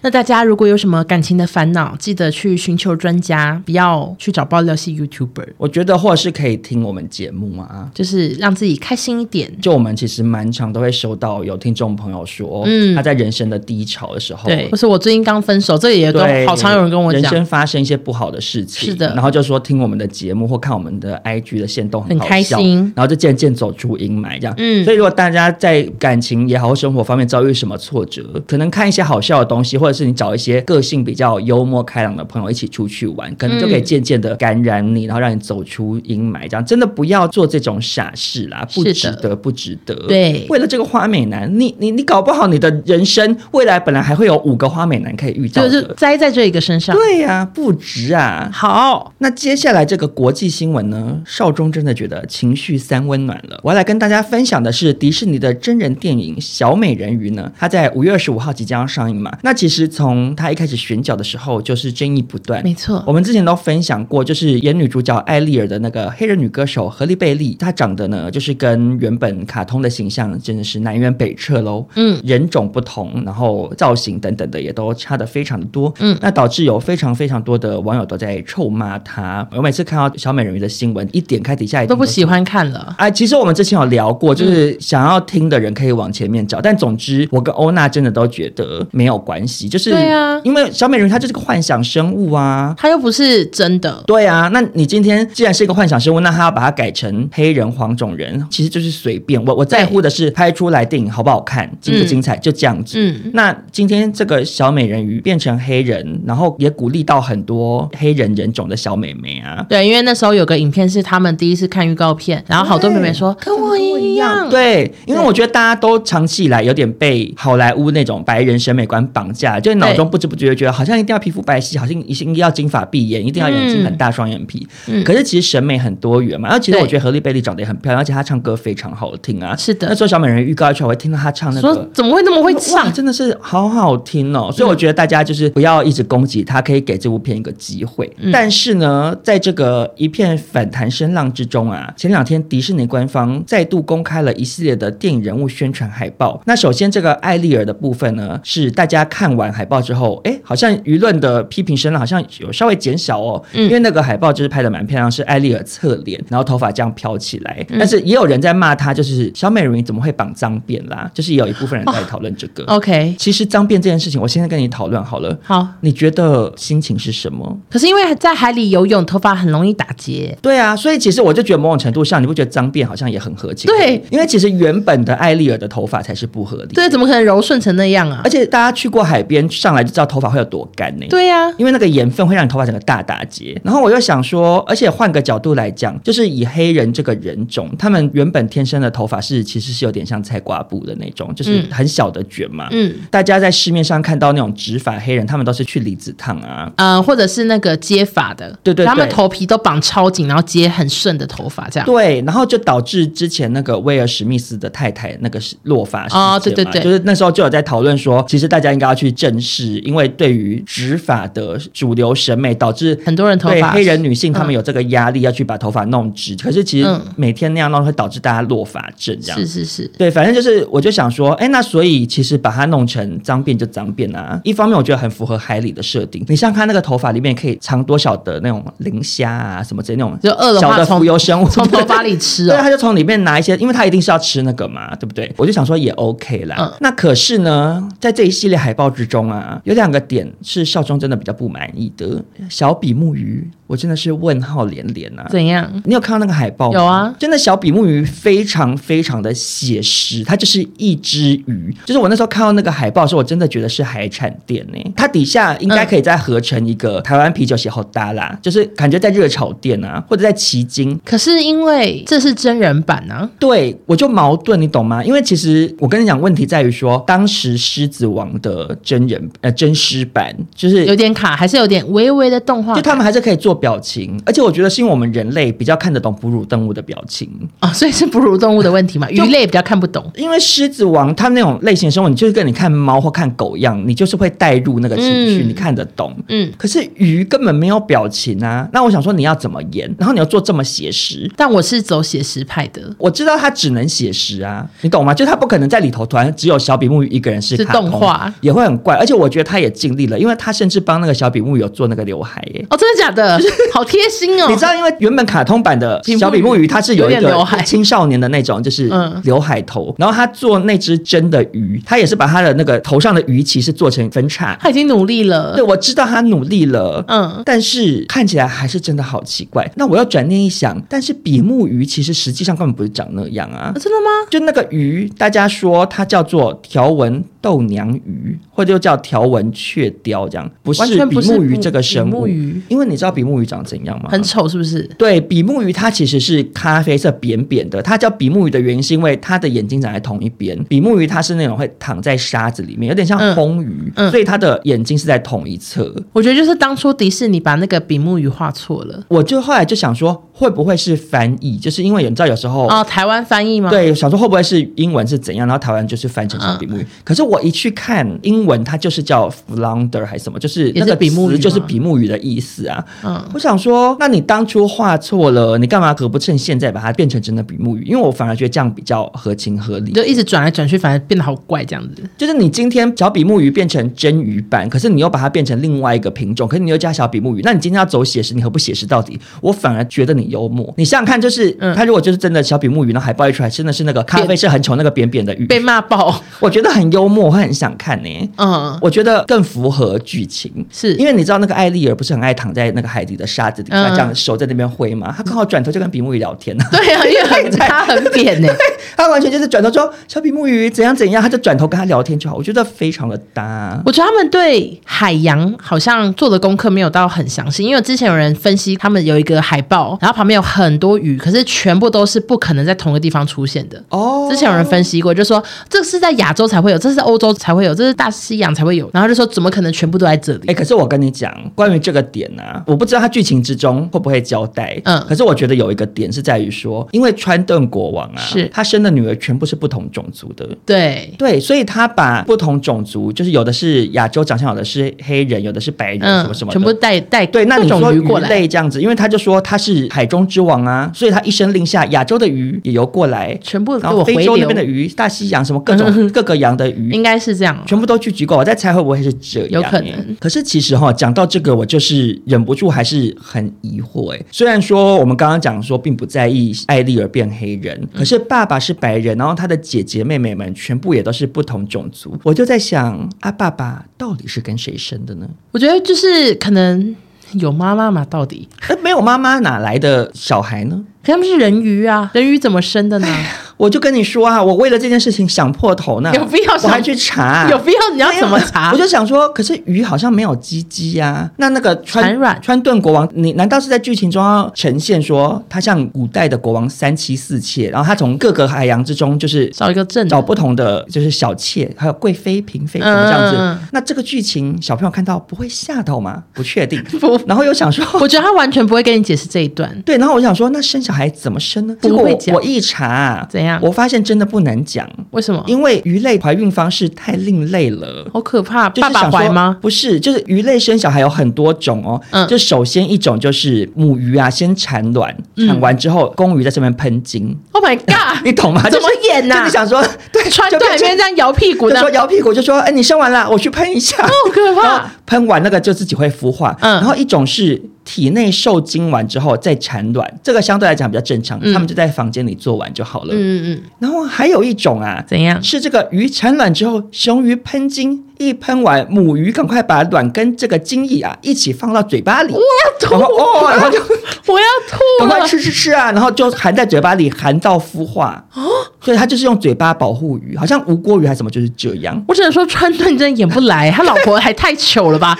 那大家如果有什么感情的烦恼，记得去寻求专家，不要去找爆料系 YouTuber， 我觉得或者是可以听我们节目啊。就是让自己开心一点。就我们其实蛮常都会收到有听众朋友说，嗯他在人生的低潮的时候，对，或是我最近刚分手，这也都对，好常有人跟我人讲，生发生一些不好的事情，是的然后就说听我们的节目或看我们的 IG 的线动很好开笑心然后就渐渐走出阴霾这样。嗯所以如果大家在感情也好或生活方面遭遇什么挫折，可能看一些好笑的东西，或者是你找一些个性比较幽默开朗的朋友一起出去玩，可能就可以嗯渐渐的感染你，然后让你走出阴霾这样。真的不要做这种傻事啦，不是的值得，不值得。对为了这个花美男，你你你搞不好你的人生未来本来还会有五个花美男可以遇到就的，是栽在这一个身上。对呀、不值啊。好，那接下来这个国际新闻呢？少中真的觉得情绪三温暖了。我要来跟大家分享的是迪士尼的真人电影《小美人鱼》呢，它在五月二十五号即将要上映嘛。那其实从它一开始选角的时候，就是争议不断。没错我，们之前都分享过，就是演女主角艾丽尔的那个黑人女歌手何丽贝利，她长得呢，就是跟原本卡通的形象真的是南辕北辙喽。嗯，人种不同，然后造型等等的也都差的非常的多。嗯那导致有非常非常多的网友都在臭骂她。我每次看到小美人鱼的新闻，一点开底下一定都不是喜。欢嗯看了。哎，其实我们之前有聊过，就是想要听的人可以往前面找。但总之，我跟欧娜真的都觉得没有关系，就是对啊因为小美人鱼她就是个幻想生物啊，他又不是真的，对啊，那你今天既然是一个幻想生物，那他要把它改成黑人、黄种人，其实就是随便。我我在乎的是拍出来电影好不好看，精不精彩，就这样子。嗯，那今天这个小美人鱼变成黑人，然后也鼓励到很多黑人人种的小美眉啊。对，因为那时候有个影片是他们第一次看预告片，然后好多妹妹说对跟我一样，对，因为嗯对我觉得大家都长期以来有点被好莱坞那种白人审美观绑架下，就脑中不知不觉觉得好像一定要皮肤白皙，好像一定要金发碧眼，一定要眼嗯睛很大、双眼皮。可是其实审美很多元嘛。然后其实对我觉得何丽贝利长得也很漂亮，而且她唱歌非常好听啊。是的那时候小美人鱼预告一出来，我会听到她唱那说个。怎么会那么会哇唱？真的是好好听哦！所以我觉得大家就是不要一直攻击他，可以给这部片一个机会。但是呢，在这个一片反弹声浪之中啊，前两天迪士尼官方再度公开了一系列的电影人物宣传海报。那首先这个艾丽尔的部分呢，是大家看完海报之后，哎，好像舆论的批评声浪好像有稍微减少哦，因为那个海报就是拍的蛮漂亮，是艾丽尔侧脸，然后头发这样飘起来。但是也有人在骂她，就是小美人鱼怎么会绑脏辫啦？就是也有一部分人在讨论这哦个。 OK，其实脏辫这件事情，我现在跟你讨论好了。好。你觉得心情是什么？可是因为在海里游泳，头发很容易打结。对啊，所以其实我就觉得某种程度上，你不觉得脏辫好像也很合情？对，因为其实原本的艾丽尔的头发才是不合理。对，怎么可能柔顺成那样啊而？且大家去过海边上来就知道头发会有多干呢、对呀、因为那个盐分会让你头发整个大打结。然后我又想说，而且换个角度来讲，就是以黑人这个人种，他们原本天生的头发是其实是有点像菜瓜布的那种，就是嗯很小的卷嘛。嗯，大家在市面上看到那种直发黑人，他们都是去离子烫啊。呃，或者是那个接发的，对对对他们头皮都绑超紧，然后接很顺的头发这样。对，然后就导致之前那个威尔史密斯的太太那个是落发事件嘛哦对对对就是那时候就有在讨论说，其实大家应该要去正视，因为对于直发的主流审美，导致很多人头对发黑人女性，她嗯们有这个压力要去把头发弄直，可是其实嗯每天那样弄会导致大家落发症这样是。是是，对，反正就是，我就想说，哎，那所以其实把它弄成脏辫就脏辫啊。一方面我觉得很符合海里的设定，你像它那个头发里面可以藏多少的那种磷虾啊，什么之类那种就饿的小话的从浮游生物， 从头发里吃对，哦。他就从里面拿一些，因为他一定是要吃那个嘛，对不对？我就想说也 OK 啦。嗯那可是呢，在这一系列海报之中啊，有两个点是少中真的比较不满意的。小比目鱼，我真的是问号连连啊！怎样？你有看到那个海报吗？有啊，真的小比目鱼非常非常的写实，它就是一只鱼。就是我那时候看到那个海报的时候，我真的觉得是海产店呢、它底下应该可以再合成一个台湾啤酒写后搭啦，就是感觉在热炒店啊，或者在旗津，可是因为这是真人版啊，对，我就矛盾，你懂吗？因为其实我跟你讲，问题在于说，当时《狮子王》的真人呃真狮版，就是有点卡，还是有点微微的动画就感。他们还是可以做表情，而且我觉得是因为我们人类比较看得懂哺乳动物的表情。哦，所以是哺乳动物的问题嘛，鱼类比较看不懂。因为狮子王它那种类型的生活，你就是跟你看猫或看狗一样，你就是会带入那个情绪，嗯你看得懂。嗯，可是鱼根本没有表情啊！那我想说，你要怎么演？然后你要做这么写实，但我是走写实派的，我知道他只能写实啊，你懂吗？就他不可能在里头突然只有小比目鱼一个人是是卡通动画也会很怪。而且我觉得他也尽力了，因为他甚至帮那个小比目鱼有做那个刘海耶。哦，真的假的？ 好贴心哦！你知道，因为原本卡通版的小比目鱼，它是有一有点刘个海青少年的那种，就是嗯刘海头。然后他做那只真的鱼，他也是把他的那个头上的鱼鳍是做成分叉。他已经努力了对，。啊我知道他努力了，嗯但是看起来还是真的好奇怪。那我要转念一想，但是比目鱼其实实际上根本不是长那样啊啊。真的吗？就那个鱼，大家说它叫做条纹豆娘鱼，或者又叫条纹雀鲷，这样不完是全比不是目鱼比这个生比物。目鱼因为你知道比目鱼长怎样吗？很丑是不是？对，比目鱼它其实是咖啡色扁扁的，它叫比目鱼的原因是因为它的眼睛长在同一边。比目鱼它是那种会躺在沙子里面，有点像嗯红鱼，嗯所以它的眼睛是在同一侧。我觉得就是当初迪士尼把那个比目鱼画错了我就后来就想说，会不会是翻译？就是因为你知道有时候哦，台湾翻译吗？，对，想说会不会是英文是怎样，然后台湾就是翻成成嗯比目鱼。可是我一去看英文，它就是叫 flounder 还是什么，就是也那是个比目词鱼就是吗比目鱼的意思啊。嗯，我想说，那你当初画错了，你干嘛何不趁现在把它变成真的比目鱼？因为我反而觉得这样比较合情合理你。就一直转来转去，反而变得好怪这样 子。就是你今天小比目鱼变成真鱼版，可是你又把它变成另外一个品种，可是你又加小比目鱼，那你今天要走写实，你何不写实到底？我反而觉得你幽默。你想想看，就是嗯它如果就是真的小比目鱼，那海报一出来，真的是那个咖啡扁色很丑那个扁扁的鱼，被骂爆，我觉得很幽默，我会很想看呢、嗯，我觉得更符合剧情，是因为你知道那个艾丽儿不是很爱躺在那个海底的沙子底下，嗯这样手在那边挥 嘛，她刚好转头就跟比目鱼聊天啊，对啊，因为很他很扁呢、她完全就是转头说小比目鱼怎样怎样，她就转头跟她聊天就好，我觉得非常的搭。我觉得他们对海洋好像做的功课没有到很详细，因为之前有人分析他们有一个海报，然后旁边有很多鱼，可是全部都是不可能在同一个地方出现的。哦之前有人分析过，就说这是在亚洲才会有，这是在欧洲才会有，这是大西洋才会有，然后就说怎么可能全部都在这里？哎、可是我跟你讲，关于这个点啊，我不知道他剧情之中会不会交代。嗯可是我觉得有一个点是在于说，因为川顿国王啊，是他生的女儿全部是不同种族的。对，对，所以他把不同种族，就是有的是亚洲长相，有的是黑人，有的是白人，什么嗯，什么的全部带带对，那各你种说鱼鱼过来，类这样子，因为他就说他是海中之王啊，所以他一声令下，亚洲的鱼也游过来，全部给然我后回非洲那边的流，嗯鱼、大西洋什么各种各个洋的鱼应，该是这样。全部都聚集过。我在猜会不会是这样、有可能欸可是其实哈、讲到这个，我就是忍不住还是很疑惑哎、虽然说我们刚刚讲说并不在意艾丽儿变黑人，嗯可是爸爸是白人，然后他的姐姐妹妹们全部也都是不同种族，我就在想啊，爸爸到底是跟谁生的呢？我觉得就是可能有妈妈嘛，到底哎，没有妈妈哪来的小孩呢？可他们是人鱼啊，人鱼怎么 生的呢？我就跟你说啊，我为了这件事情想破头呢，有必要想我还去查，有必要你要怎么 查？我就想说，可是鱼好像没有鸡鸡呀。那那个产川卵川顿国王，你难道是在剧情中要呈现说他像古代的国王三妻四妾，然后他从各个海洋之中就是找一个正的找不同的就是小妾，还有贵妃、嫔妃什么这样子？嗯嗯嗯那这个剧情小朋友看到不会吓到吗？不确定 不。然后又想说，我觉得他完全不会跟你解释这一段。对，然后我想说，那生小孩怎么生呢？不结果会我讲我一查，怎样哦我发现真的不能讲，为什么？因为鱼类怀孕方式太另类了。好可怕！就是哦爸爸想说怀吗？？不是，就是鱼类生小孩有很多种哦。嗯就首先一种就是母鱼啊，先产卵，嗯产完之后公鱼在上面喷精， Oh my god！你懂吗？怎么就是演呐就是想说，对， 穿就对变面成这样摇屁股就的哦说，摇屁股，就说，哎，你生完了，我去喷一下，好可然后怕！喷完那个就自己会孵化。嗯然后一种是体内受精完之后再产卵，这个相对来讲比较正常，嗯他们就在房间里做完就好了。嗯嗯嗯，然后还有一种啊，怎样？是这个鱼产卵之后，雄鱼喷精，一喷完，母鱼赶快把卵跟这个精液啊一起放到嘴巴里，我然要后吐！哦，然后就我要吐赶快了！吃吃吃啊，然后就含在嘴巴里，含到孵化。哦，所以它就是用嘴巴保护鱼，好像无锅鱼还是什么，就是这样。我只能说川顿真的演不来，他老婆还太糗 了吧？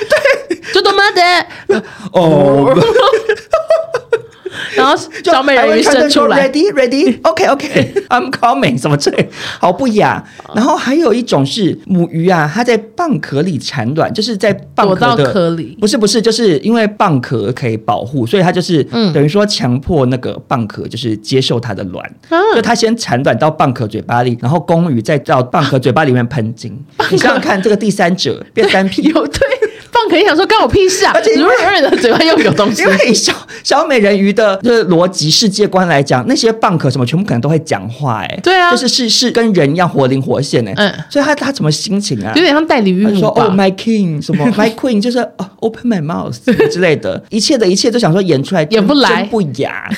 对，就他妈的，哦，然后就小美人鱼生出来， ，ready ready OK OK I'm coming 什么之类，好不雅。然后还有一种是母鱼啊，它在蚌壳里产卵，就是在蚌躲壳到的壳里。不是不是，就是因为蚌壳可以保护，所以它就是、嗯等于说强迫那个蚌壳就是接受它的卵，啊就它先产卵到蚌壳嘴巴里，然后公鱼再到蚌壳嘴巴里面喷 精。你想想看，这个第三者变单有皮。对，蚌壳也想说干我屁事啊！而且因如为果有人的嘴巴又有东 西因，为以小小美人鱼的就是逻辑世界观来讲，那些蚌壳什么全部可能都会讲话、哎，对啊就是是是跟人一样活灵活现、哎，嗯所以他他什么心情啊？有点像代理孕他就说母哦吧？ ，my king 什 么 my queen 就是哦，open my mouth 什么之类的，一切的一切都想说演出来演不来真不雅。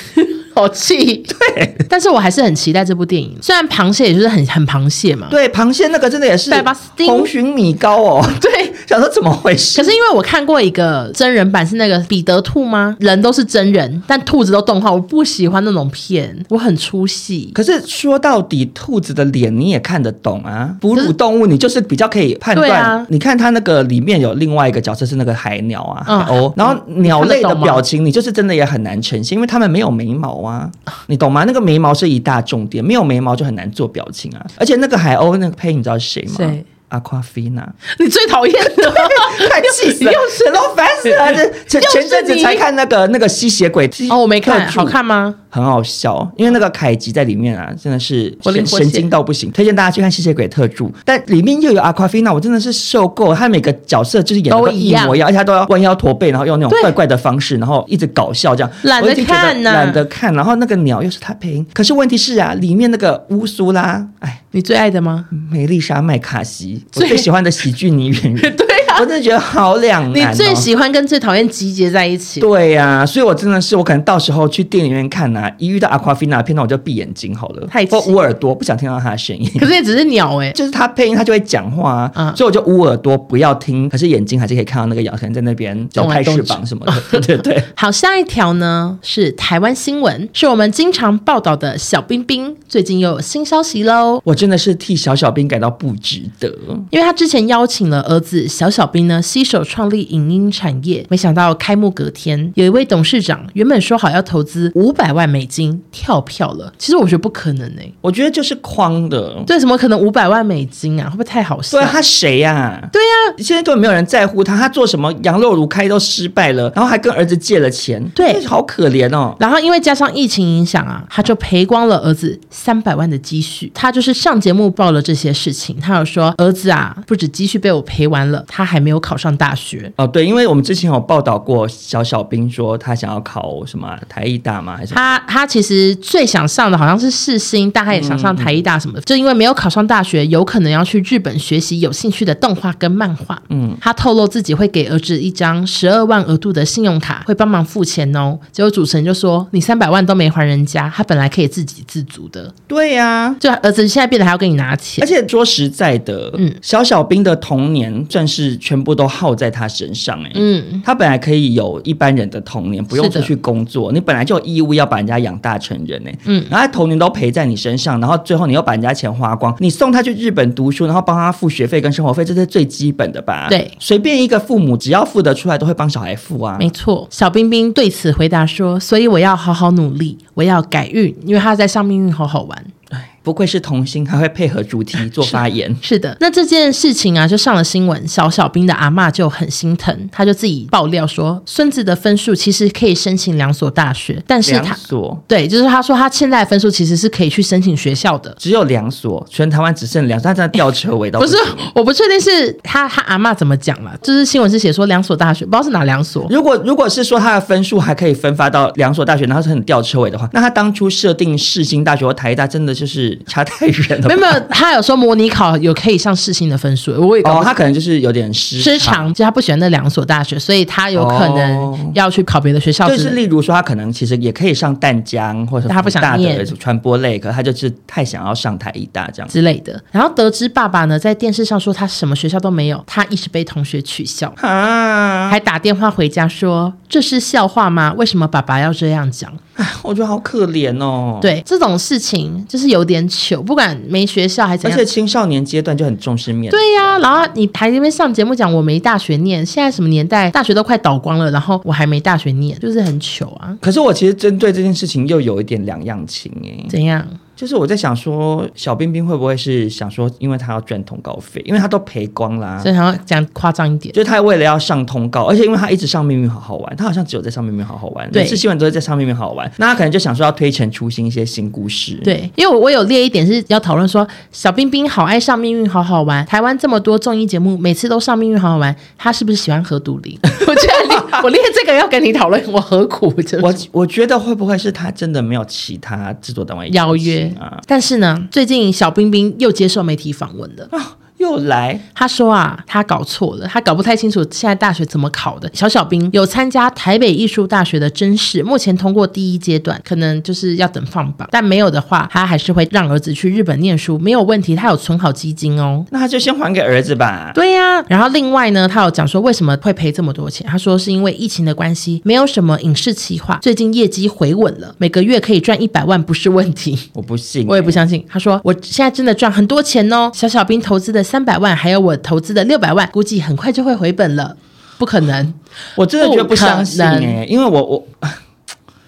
好气。对，但是我还是很期待这部电影。虽然螃蟹也就是很很螃蟹嘛，对，螃蟹那个真的也 是拜把丁红鲟米糕哦， 对。想说怎么回事可？是因为我看过一个真人版，是那个彼得兔吗？人都是真人，但兔子都动画，我不喜欢那种片，我很出戏。可是说到底，兔子的脸你也看得懂啊。哺乳动物你就是比较可以判断。嗯对啊你看它那个里面有另外一个角色是那个海鸟啊，嗯海鸥，然后鸟类你看得的懂吗表情你就是真的也很难呈现，因为它们没有眉毛 啊，你懂吗？那个眉毛是一大重点，没有眉毛就很难做表情啊。而且那个海鸥那个配音你知道是谁吗？谁？阿夸菲娜，你最讨厌的，太哎气死了，又神龙烦死了！ 这前又前是阵子你才看那个那个吸血鬼 哦，我没看，特助好看吗？很好笑，因为那个凯吉在里面啊，真的是活灵神活现神经到不行，推荐大家去看《吸血鬼特助》，但里面又有阿夸菲娜，我真的是受够了，他每个角色就是演的都一一样模一样，而且他都要弯腰驼背，然后用那种对怪怪的方式，然后一直搞笑这样，懒得我已经觉看呐懒得看。然后那个鸟又是他配音，可是问题是啊，里面那个乌苏拉，哎，你最爱的吗？梅丽莎麦卡锡，我最最喜欢的喜剧女演员， 对啊我，真的觉得好两你难、哦。最喜欢跟最讨厌集结在一起。对呀、所以我真的是，我可能到时候去电影院看啊，一遇到 Aquafina 的片段，我就闭眼睛好了，太气或捂耳朵，不想听到他的声音。可是也只是鸟哎、就是他配音，他就会讲话、啊，嗯所以我就捂耳朵不要听，可是眼睛还是可以看到那个咬痕在那边就动来拍翅动去膀什么的， 对对对。好，下一条呢是台湾新闻，是我们经常报道的小冰冰，最近又有新消息喽。我真的是替小小兵感到不值得。因为他之前邀请了儿子小小斌呢携手创立影音产业，没想到开幕隔天，有一位董事长原本说好要投资五百万美金，跳票了。其实我觉得不可能哎、我觉得就是框的。对，怎么可能五百万美金啊？会不会太好笑对？啊他谁呀、对呀、现在根本没有人在乎他，他做什么羊肉炉开都失败了，然后还跟儿子借了钱，对这好可怜哦。然后因为加上疫情影响啊，他就赔光了儿子三百万的积蓄。他就是上节目报了这些事情，他有说儿子啊，不止积蓄被我赔完了，他还没有考上大学。哦，对，因为我们之前有报道过小小兵说他想要考什么台艺大吗？还是什么他他其实最想上的好像是世新，但他也想上台艺大什么的，就因为没有考上大学，有可能要去日本学习有兴趣的动画跟漫画。嗯，他透露自己会给儿子一张十二万额度的信用卡，会帮忙付钱哦。结果主持人就说：“你三百万都没还人家，他本来可以自给自足的，对呀、就儿子现在变得还要跟你拿钱。”而且说实在的，嗯小小兵的童年算是全部都耗在他身上、欸，嗯，他本来可以有一般人的童年，不用是的出去工作，你本来就有义务要把人家养大成人呢、欸嗯然后他童年都陪在你身上，然后最后你又把人家钱花光，你送他去日本读书，然后帮他付学费跟生活费，这是最基本的吧？对随便一个父母只要付得出来，都会帮小孩付啊。没错，小冰冰对此回答说：“所以我要好好努力，我要改运，因为他在上命运好好玩。”哎不愧是童星，还会配合主题做发言。是的，那这件事情啊，就上了新闻，小小兵的阿嬷就很心疼，她就自己爆料说，孙子的分数其实可以申请两所大学，但是两他所对，就是他说他现在的分数其实是可以去申请学校的。只有两所，全台湾只剩两所，他真的吊车尾到不不是行。，我不确定是他他阿嬷怎么讲了，就是新闻是写说两所大学，不知道是哪两所。如果如果是说他的分数还可以分发到两所大学，然后是很吊车尾的话，那他当初设定世新大学或台大，真的就是差太远了吧。没有没有，他有说模拟考有可以上世新的分数，我也搞不哦，他可能就是有点失失常，就他不喜欢那两所大学，所以他有可哦能要去考别的学校之就类的。是例如说，他可能其实也可以上淡江或者但他不福想大的念传播类，可他就是太想要上台艺大这样。之类的。然后得知爸爸呢在电视上说他什么学校都没有，他一直被同学取笑，啊，还打电话回家说这是笑话吗？为什么爸爸要这样讲？我觉得好可怜哦。，对这种事情就是有点糗，不管没学校还怎而样且。青少年阶段就很重视面子。对呀、然后你还在那边上节目讲我没大学念，现在什么年代，大学都快倒光了，然后我还没大学念，就是很糗啊。可是我其实针对这件事情又有一点两样情哎、怎样？就是我在想说，小冰冰会不会是想说，因为他要赚通告费，因为他都赔光啦所。以想要讲夸张一点，就是他为了要上通告，而且因为他一直上《命运好好玩》，他好像只有在上《命运好好玩》，对每次新闻都是在上《命运好好玩》，那他可能就想说要推陈出新一些新故事。，对，因为我我有列一点是要讨论说，小冰冰好爱上《命运好好玩》，台湾这么多综艺节目，每次都上《命运好好玩》，她是不是喜欢何笃林？我觉得你我列这个要跟你讨论，我何苦就是我我觉得会不会是他真的没有其他制作单位邀约啊？但是呢，最近小冰冰又接受媒体访问了。啊，又来她说啊，她搞错了，她搞不太清楚现在大学怎么考的。小小冰有参加台北艺术大学的甄试，目前通过第一阶段，可能就是要等放榜。但没有的话，她还是会让儿子去日本念书，没有问题。她有存好基金哦。那他就先还给儿子吧。对呀、然后另外呢，他有讲说为什么会赔这么多钱？他说是因为疫情的关系，没有什么影视企划，最近业绩回稳了，每个月可以赚一百万不是问题。我不信、欸我也不相信，他说我现在真的赚很多钱哦，小小兵投资的三百万，还有我投资的六百万，估计很快就会回本了。不可能，我真的觉得不相信不可哎、能因为我我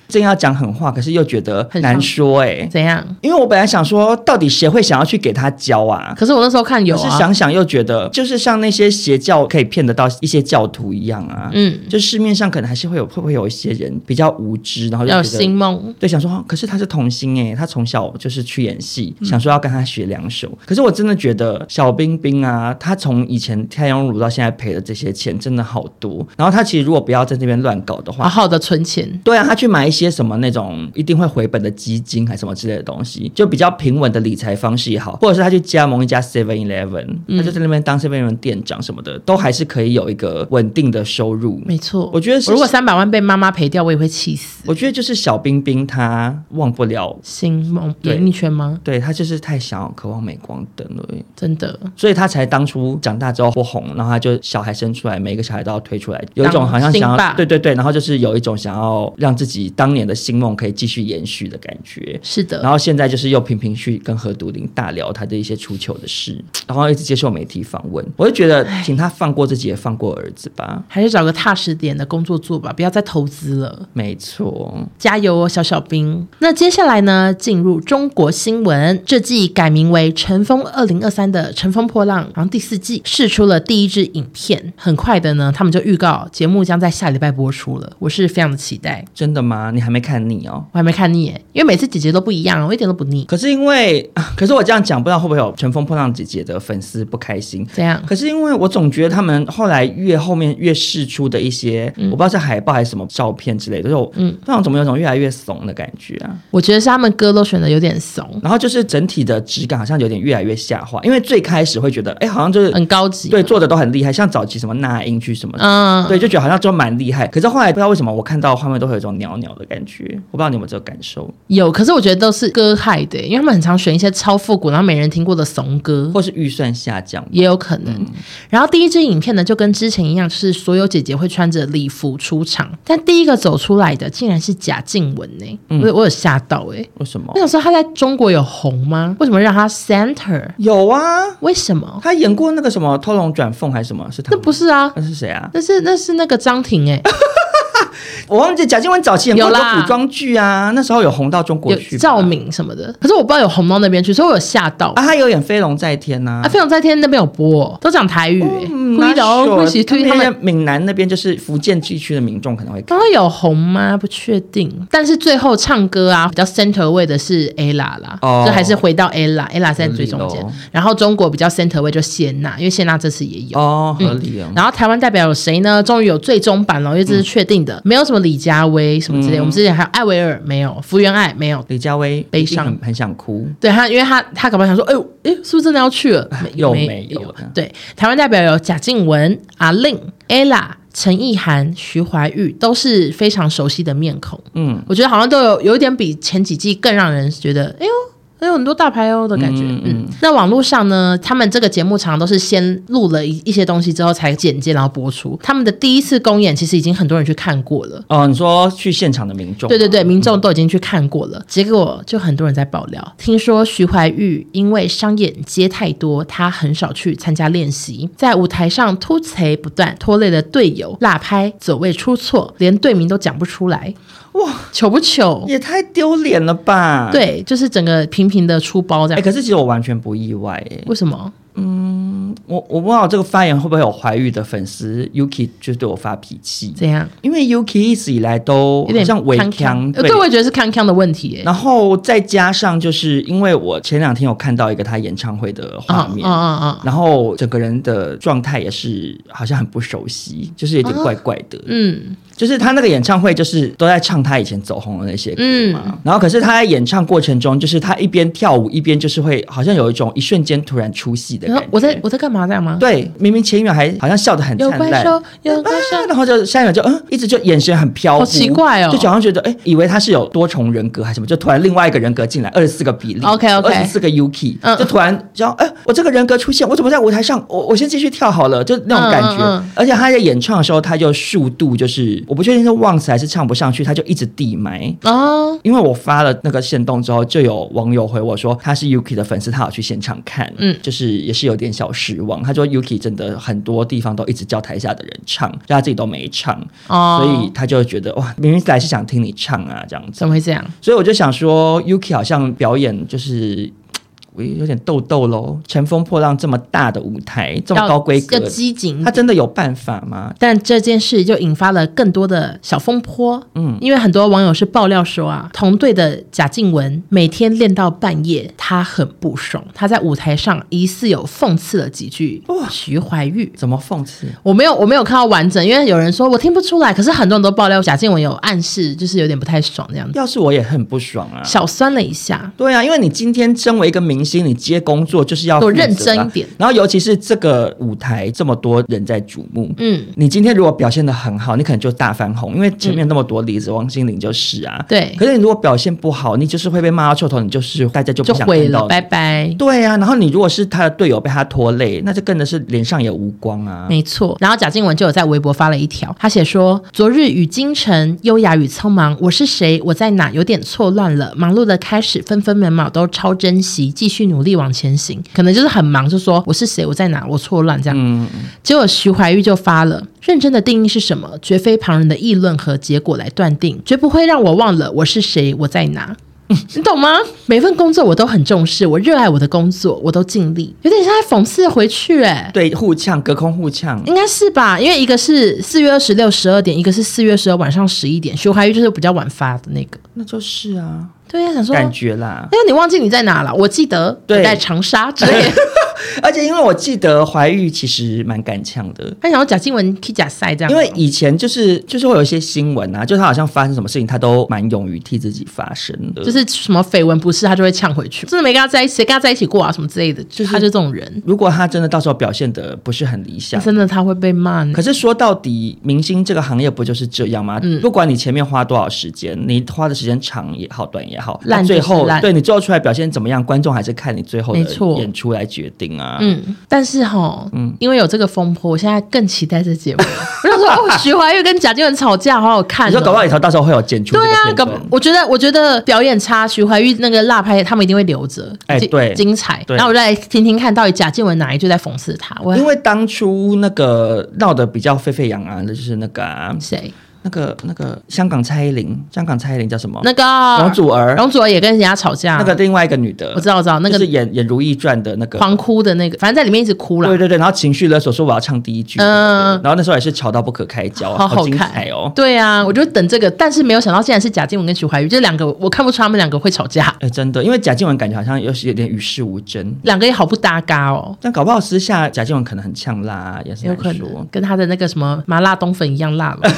真要讲狠话，可是又觉得很难伤说哎、怎样？因为我本来想说，到底谁会想要去给他教啊？可是我那时候看有可是啊，想想又觉得，就是像那些邪教可以骗得到一些教徒一样啊。嗯，就市面上可能还是会有，会不会有一些人比较无知，然后就要有觉星得。梦，对，想说，哦可是他是童星哎，他从小就是去演戏，嗯想说要跟他学两手。可是我真的觉得小冰冰啊，她从以前太阳乳到现在赔的这些钱真的好多。然后她其实如果不要在那边乱搞的话，好好的存钱。对啊，他去买一些什么那种一定会回本的基金还是什么之类的东西，就比较平稳的理财方式也好，或者是他去加盟一家 Seven Eleven，他嗯就在那边当 Seven Eleven 店长什么的，都还是可以有一个稳定的收入。没错，我觉得是如果三百万被妈妈赔掉，我也会气死。我觉得就是小冰冰她忘不了，星梦对演艺圈吗？对她就是太想要渴望镁光灯了，真的，所以她才当初长大之后不红，然后她就小孩生出来，每一个小孩都要推出来，有一种当好像想星要爸对对对，然后就是有一种想要让自己当当年的星梦可以继续延续的感觉。是的，然后现在就是又频频去跟何独林大聊他的一些出糗的事，然后一直接受媒体访问，我就觉得，请他放过自己，也放过儿子吧。还是找个踏实点的工作做吧，不要再投资了。没错，加油哦，小小兵！那接下来呢，进入中国新闻。这季改名为《乘风二零二三》的《乘风破浪》，然后第四季试出了第一支影片。很快的呢，他们就预告节目将在下礼拜播出了。我是非常的期待，真的吗？你还没看腻哦。我还没看腻耶，因为每次姐姐都不一样，我一点都不腻。可是因为， 啊可是我这样讲，不知道会不会有乘风破浪姐姐的粉丝不开心。这样可是因为我总觉得他们后来越后面越试出的一些，嗯我不知道是海报还是什么照片之类的，就是嗯，那种怎么有种越来越怂的感觉啊。我觉得是他们歌都选的有点怂，然后就是整体的质感好像有点越来越下滑，因为最开始会觉得，哎，好像就是很高级。对，做的都很厉害，像早期什么那英剧什么的。嗯，对，就觉得好像就蛮厉害，可是后来不知道为什么，我看到画面都会有一种袅袅的感觉，我不知道你有没有这个感受，有。可是我觉得都是歌害的耶，因为他们很常选一些超复古，然后没人听过的怂歌。或是预算下降吧，也有可嗯能。然后第一支影片呢，就跟之前一样，就是所有姐姐会穿着礼服出场，但第一个走出来的竟然是贾静雯呢、嗯我我有吓到哎、为什么我？想说她在中国有红吗？为什么让她 center？有啊，为什么？他演过那个什么《偷龙转凤》还是什么？是他那吗？不是啊，那是谁啊？那是那是那个张庭哎、我忘记贾静雯早期演过很有啦多古装剧啊，那时候有红到中国去有吧赵敏什么的，可是我不知道有红到那边去，所以我有吓到。啊，他有演《飞龙在天》呐、啊，飞龙在天那边有播哦，都讲台语、欸，嗯，故意的哦，那故是意推他他们那们边闽南那边就是福建地区的民众可能会看刚刚有红吗？不确定，但是最后唱歌啊，比较 center 位的是 ella 啦，哦就还是回到 ella，ella 在最中合理间咯。然后中国比较 center 位就谢娜，因为谢娜这次也有。哦，合理哦。然后台湾代表有谁呢？终于有最终版了，因为这是确定嗯的，没有什么李佳薇什么之类。我们之前还有艾薇儿没有，福原爱没有。李佳薇悲一定伤很很想哭，对他，因为他他搞不好想说，哎呦，哎，是不是真的要去了？没又没没有了对，台湾代表有贾静雯、阿令、ella、陈意涵、徐怀钰，都是非常熟悉的面孔。嗯，我觉得好像都有有一点比前几季更让人觉得，哎呦。还有很多大牌哦的感觉，嗯嗯那网络上呢，他们这个节目常常都是先录了一一些东西之后才剪接，然后播出。他们的第一次公演其实已经很多人去看过了，哦，你说去现场的民众，啊对对对，，民众都已经去看过了，结果就很多人在爆料，听说徐怀钰因为商演接太多，他很少去参加练习，在舞台上突贼不断，拖累了队友，落拍走位出错，连队名都讲不出来，哇，糗不糗？也太丢脸了吧？，对，就是整个频频的出包这哎、样。可是其实我完全不意外、哎，为什么？我我不知道这个发言会不会有怀玉的粉丝 Yuki 就是对我发脾气，怎样？因为 Yuki 一直以来都有好点像违康腔，康呃对，我也觉得是康康的问题耶。然后再加上就是因为我前两天有看到一个他演唱会的画啊面。啊啊！然后整个人的状态也是好像很不熟悉，就是有点怪怪的。嗯，就是他那个演唱会，就是都在唱他以前走红的那些歌嘛。嗯然后可是他在演唱过程中，就是他一边跳舞一边就是会好像有一种一瞬间突然出戏的然感后觉。我在我在干嘛这样吗？对，明明前一秒还好像笑得很有灿怪烂。兽，有怪兽啊，然后就下一秒就嗯，一直就眼神很飘忽，好奇怪哦就好像觉得哎，以为他是有多重人格还是什么，就突然另外一个人格进来，二十四个比例 OK，OK 二十四个 Yuki，、嗯就突然就哎，我这个人格出现，我怎么在舞台上？我我先继续跳好了，就那种感觉。嗯嗯嗯而且他在演唱的时候，他就速度就是我不确定是忘词还是唱不上去，他就一直递麦。哦，因为我发了那个线动之后，就有网友回我说他是 Yuki 的粉丝，他有去现场看，嗯嗯，就是也是有点小失望。他说 Yuki 真的很多地方都一直叫台下的人唱，就他自己都没唱，哦所以他就觉得哇，明明来是想听你唱啊这样子。怎么会这样？所以我就想说，Yuki 好像表演就是。我有点痘痘喽，乘风破浪这么大的舞台，这么要高规格要，机警他。真的有办法吗？但这件事就引发了更多的小风波，嗯，因为很多网友是爆料说啊，同队的贾静雯每天练到半夜，她很不爽，她在舞台上疑似有讽刺了几句徐怀钰，怎么讽刺？我没有我没有看到完整，因为有人说我听不出来，可是很多人都爆料贾静雯有暗示，就是有点不太爽这样子，要是我也很不爽啊！小酸了一下。对啊，因为你今天身为一个明明星，你接工作就是要多负责啊认真一点然后尤其是这个舞台这么多人在瞩目，嗯，你今天如果表现的很好，你可能就大翻红，因为前面那么多例子，王心凌就是啊。对可是你如果表现不好，你就是会被骂到臭头，你就是大家就不就想毁看到了，你拜拜。对啊，然后你如果是他的队友被他拖累，那就更的是脸上也无光啊。没错，然后贾静雯就有在微博发了一条，她写说：“昨日与京城，优雅与匆忙，我是谁？我在哪？有点错乱了。忙碌的开始，分分秒秒都超珍惜，继续努力往前行。可能就是很忙，就说我是谁？我在哪？我错乱这样。结果徐怀钰就发了：“认真的定义是什么？绝非旁人的议论和结果来断定，绝不会让我忘了我是谁，我在哪。” 你懂吗？每份工作我都很重视，我热爱我的工作，我都尽力，有点像在讽刺回去哎、对，互呛，隔空互呛。应该是吧，因为一个是四月二十六十二点，一个是四月十二晚上十一点。徐怀钰就是比较晚发的那个。那就是啊，对呀、想说，感哎觉啦。呀，你忘记你在哪了？我记得我对在长沙之类的。而且因为我记得怀玉其实蛮敢呛的，他想要贾静雯替贾赛这样，因为以前就是就是会有一些新闻啊，就他好像发生什么事情，他都蛮勇于替自己发声的。就是什么绯闻不是，他就会呛回去。真的没跟他在一起，谁跟他在一起过啊？什么之类的，就是他就这种人，如果他真的到时候表现的不是很理想。真的他会被骂呢。可是说到底，明星这个行业不就是这样吗？嗯不管你前面花多少时间，你花的时间长也好，短也好，烂那最就是后烂对你最后出来表现怎么样，观众还是看你最后没错的演出来决定啊。嗯，但是哈，因为有这个风波，我现在更期待这节目。我想说， 哦，徐怀钰跟贾静雯吵架，好好看、哦。你说搞不好以后到时候会有剪出这个对啊，片搞段不，我觉得我觉得呃表演差，徐怀钰那个辣拍，他们一定会留着，哎精对精彩。对然后我就来听听看，到底贾静雯哪一句在讽刺他？我因为当初那个闹得比较沸沸扬扬的就是那个、啊、谁？那个那个香港蔡依林，香港蔡依林叫什么？那个啊容祖儿，容祖儿也跟人家吵架，哦那个另外一个女的，啊我知道，我知道，那就是个演演《如懿传》的那个。狂哭的那个，反正在里面一直哭了对。对对，然后情绪勒索说我要唱第一句，嗯嗯，然后那时候也是吵到不可开交，好好精看彩哦。对啊，我就等这个，但是没有想到竟然是贾静雯跟徐怀钰，这两个我看不出他们两个会吵架，哎，真的，因为贾静雯感觉好像又是有点与世无争，两个也好不搭嘎哦，但搞不好私下贾静雯可能很呛辣啊，也是有难可说能。跟他的那个什么麻辣冬粉一样辣 了。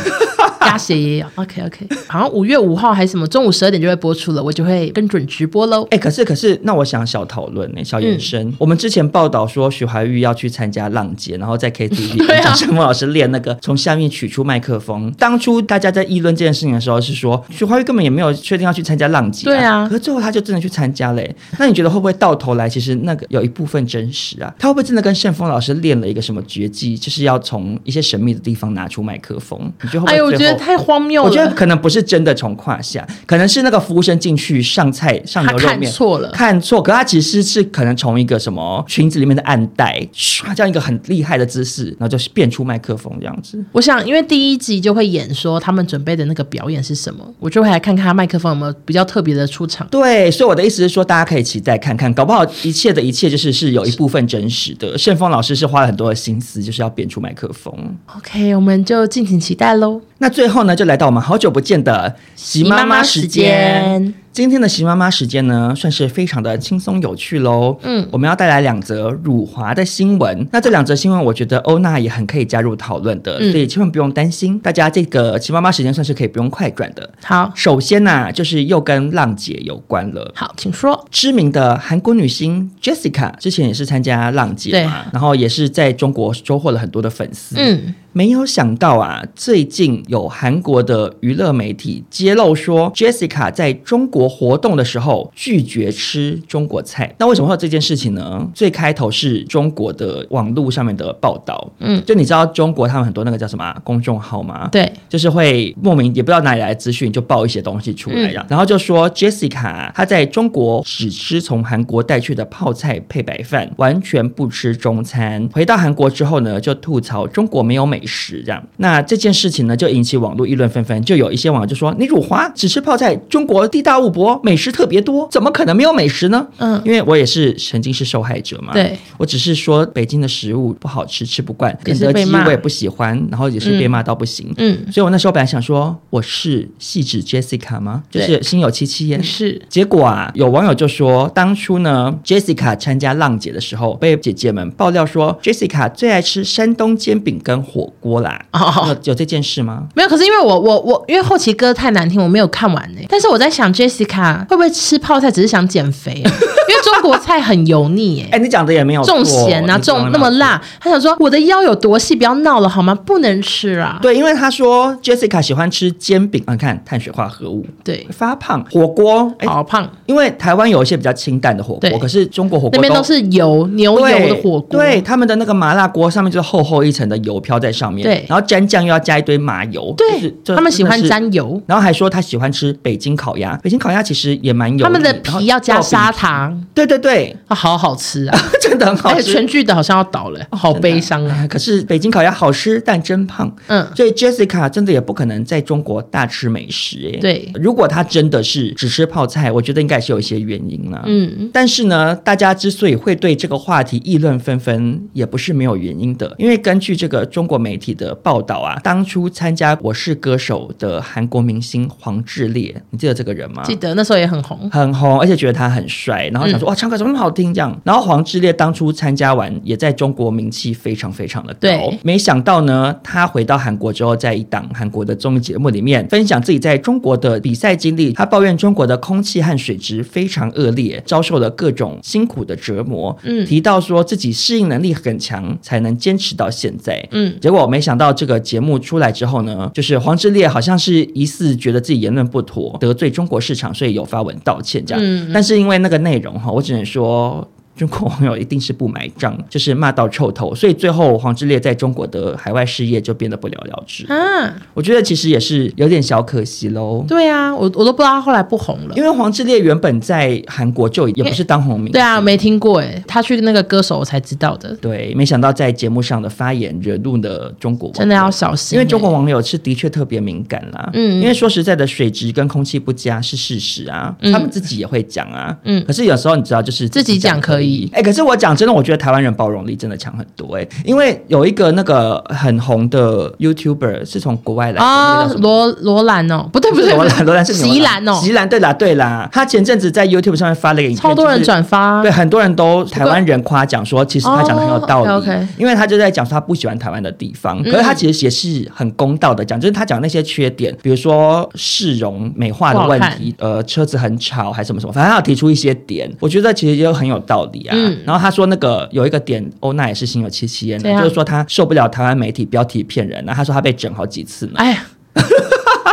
鸭血也有，OK OK，好像五月五号还是什么，中午十二点就会播出了，我就会跟准直播喽。哎、可是可是，那我想小讨论呢，小延嗯伸。我们之前报道说徐怀钰要去参加浪姐，然后 在 KTV 对跟 啊张盛峰老师练那个从下面取出麦克风。当初大家在议论这件事情的时候是说，徐怀钰根本也没有确定要去参加浪姐、对啊可是最后他就真的去参加嘞。那你觉得会不会到头来，其实那个有一部分真实啊？他会不会真的跟盛峰老师练了一个什么绝技，就是要从一些神秘的地方拿出麦克风？你觉得会不会哎呦，我最觉得后太荒谬了，我觉得可能不是真的从胯下，可能是那个服务生进去上菜上他牛肉看面。错了。看错，可他其实是可能从一个什么裙子里面的暗带，唰这样一个很厉害的姿势，然后就是变出麦克风这样子。我想，因为第一集就会演说他们准备的那个表演是什么，我就会来看看他麦克风有没有比较特别的出场。对，所以我的意思是说，大家可以期待看看，搞不好一切的一切就是是有一部分真实的。盛峰老师是花了很多的心思，就是要变出麦克风。 OK，我们就敬请期待喽。那最后呢，就来到我们好久不见的席妈妈时间。，今天的席妈妈时间呢，算是非常的轻松有趣喽。嗯嗯，我们要带来两则辱华的新闻。那这两则新闻，我觉得欧娜也很可以加入讨论的，嗯所以千万不用担心。大家这个席妈妈时间算是可以不用快转的。好首先呐、就是又跟浪姐有关了。好，请说。知名的韩国女星 Jessica 之前也是参加浪姐嘛，然后也是在中国收获了很多的粉丝。嗯，没有想到啊，最近有韩国的娱乐媒体揭露说，Jessica 在中国活动的时候拒绝吃中国菜。那为什么会有这件事情呢？最开头是中国的网络上面的报道，嗯嗯，就你知道中国他们很多那个叫什么啊公众号吗？对，就是会莫名也不知道哪里来的资讯，就爆一些东西出来嗯呀、然后就说 Jessica 她在中国只吃从韩国带去的泡菜配白饭，完全不吃中餐。回到韩国之后呢，就吐槽中国没有美食这样。那这件事情呢，就引起网络议论纷纷，就有一些网友就说：“你辱华只吃泡菜，中国地大物博，美食特别多，怎么可能没有美食呢？”嗯因为我也是曾经是受害者嘛，对，我只是说北京的食物不好吃，吃不惯，也肯是德被基骂我也不喜欢，然后也是被嗯骂到不行。嗯，所以我那时候本来想说，我是戏指 Jessica 吗？就对嗯是心有戚戚焉。是结果啊，有网友就说，当初呢，Jessica 参加浪姐的时候，被姐姐们爆料说，Jessica 最爱吃山东煎饼跟火锅啦。哦。有有这件事吗？没有，可是因为我我我因为后期歌太难听，我没有看完呢、但是我在想，Jessica 会不会吃泡菜只是想减肥啊、因为中国菜很油腻耶、哎、你讲的也没有重错咸啊，你讲得重没有那么错辣。他想说我的腰有多细，不要闹了好吗？不能吃啊。对，因为他说 Jessica 喜欢吃煎饼，啊，你看碳水化合物对，发胖，火锅，哎、好胖，因为台湾有一些比较清淡的火哦对锅，可是中国火锅那边都是油牛对油哦的火锅，对，他们的那个麻辣锅上面就是厚厚一层的油飘在上面，对然后沾酱又要加一堆麻油，就是对，这他们喜欢真的是沾油，然后还说他喜欢吃北京烤鸭，北京烤鸭其实也蛮油腻，他们的然后皮要加肉饼砂，糖，对对对， 啊，好好吃啊！真的很 好而且吃。全聚德好像要倒了，好悲伤啊！哎可是北京烤鸭好吃，但真胖。嗯，所以 Jessica 真的也不可能在中国大吃美食哎、对如果她真的是只吃泡菜，我觉得应该是有一些原因啦。嗯，但是呢，大家之所以会对这个话题议论纷纷，也不是没有原因的。因为根据这个中国媒体的报道啊，当初参加《我是歌手》的韩国明星黄致列，你记得这个人吗？记得那时候也很红，很红，而且觉得他很帅，然后嗯想说、哇，唱歌怎么那么好听这样。然后黄致列当初参加完，也在中国名气非常非常的高对。没想到呢，他回到韩国之后，在一档韩国的综艺节目里面分享自己在中国的比赛经历，他抱怨中国的空气和水质非常恶劣，遭受了各种辛苦的折磨。嗯提到说自己适应能力很强，才能坚持到现在。嗯，结果没想到这个节目出来之后呢，就是黄致列好像是疑似觉得自己言论不妥，得罪中国市场，所以有发文道歉这样。嗯但是因为那个内容哈，我只能说。中国网友一定是不买账，就是骂到臭头，所以最后黄致列在中国的海外事业就变得不了了之。啊，我觉得其实也是有点小可惜喽，对啊，我我都不知道他后来不红了因。为黄致列原本在韩国就也不是当红明星，对啊，没听过哎，他去那个歌手我才知道的，对，没想到在节目上的发言惹怒了中国网友，真的要小心因欸。为中国网友是的确特别敏感啦，嗯因为说实在的，水质跟空气不佳是事实啊，嗯他们自己也会讲啊，嗯可是有时候你知道，就是自己讲可以哎、可是我讲真的，我觉得台湾人包容力真的强很多哎、因为有一个那个很红的 YouTuber 是从国外来的，那个啊叫，什么罗罗兰哦，不对不对，罗不对兰，罗兰是席兰哦，席兰对啦对啦，他前阵子在 YouTube 上面发了一个影片，超多人就是转发，对，啊很多人都台湾人夸奖说，其实他讲的很有道理，哦，OK，OK 嗯因为他就在讲说他不喜欢台湾的地方，可是他其实也是很公道的讲，就是他讲那些缺点，比如说市容美化的问题，呃，车子很吵还是什么什么，反正他有提出一些点，我觉得其实也很有道理啊。嗯然后他说那个有一个点，欧娜也是心有戚戚焉的，对啊就是说他受不了台湾媒体标题骗人，然后他说他被整好几次呢。哎呀，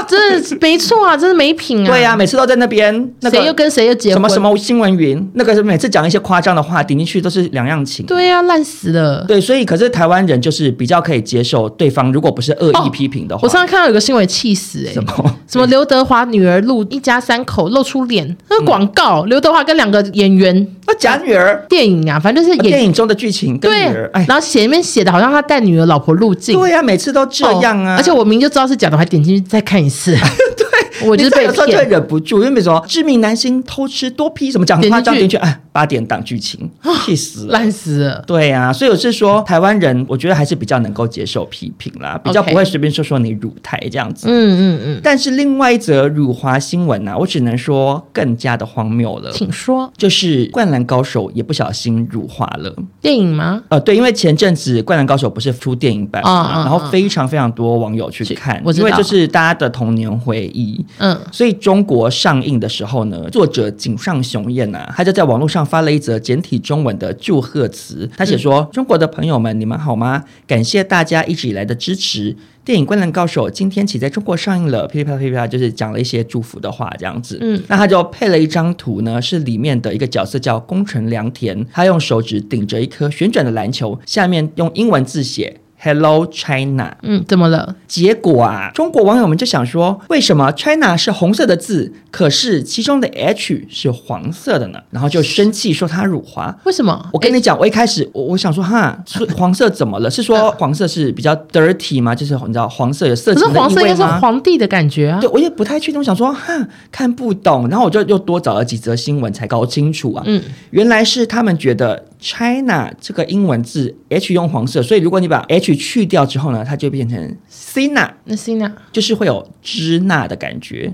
真的没错啊，真的没品啊。对呀、每次都在那边，那谁又个跟谁又结婚？什么什么新闻云，那个是每次讲一些夸张的话，顶进去都是两样情。啊对呀、烂死了。对，啊所以可是台湾人就是比较可以接受对方，如果不是恶意哦批评的话，我上次看到有个新闻气死哎、什 么？什么刘德华女儿露一家三口露出脸，嗯那个广告，刘、德华跟两个演员那假女儿，电影啊，反正就是演、电影中的剧情跟女对儿，，哎，然后前面写的好像他带女儿老婆入境，对呀、啊每次都这样啊，哦而且我明就知道是假的，我还点进去再看一 次，对我就是你被有时候就会骗。忍不住，因为比如说致命男星偷吃多批什么讲点进夸张去进去，哎，八点档剧情，气死了。烂死了，对呀、所以我是说，台湾人我觉得还是比较能够接受批评啦，比较 OK 不会随便说说你辱台这样子。嗯嗯但是另外一则辱华新闻啊呢、我只能说更加的荒谬了嗯，，请说就是《灌篮高手》也不小心辱华了。电影吗？呃，对，因为前阵子《灌篮高手》不是出电影版嘛，嗯嗯然后非常非常多网友去看是，我知因道为就是大家的童年回忆。嗯，所以中国上映的时候呢，作者井上雄彦啊，他就在网络上发了一则简体中文的祝贺词，他写嗯说：“中国的朋友们，你们好吗？感谢大家一直以来的支持。电影《灌篮高手》今天起在中国上映了，噼里啪啦噼里啪啦，就是讲了一些祝福的话，这样子。嗯那他就配了一张图呢，是里面的一个角色叫宫城良田，他用手指顶着一颗旋转的篮球，下面用英文字写 “Hello China”。嗯，怎么了？结果嗯啊，中国网友们就想说，为什么 China 是红色的字，可是其中的 H 是黄色的呢？然后就生气说他辱华。为什么？我跟你讲，我一开始我我想说哈， 是黄色怎么了？是说黄色是比较 dirty 吗？就是你知道黄色有色可情是的意味吗？黄色应该是皇帝的感觉啊对，。我也不太确定，我想说哈看不懂，然后我就又多找了几则新闻才搞清楚啊。嗯，原来是他们觉得 China 这个英文字 H 用黄色，所以如果你把 H 去掉之后呢，它就变成 Cina，那 Sina 就是会有支那的感觉，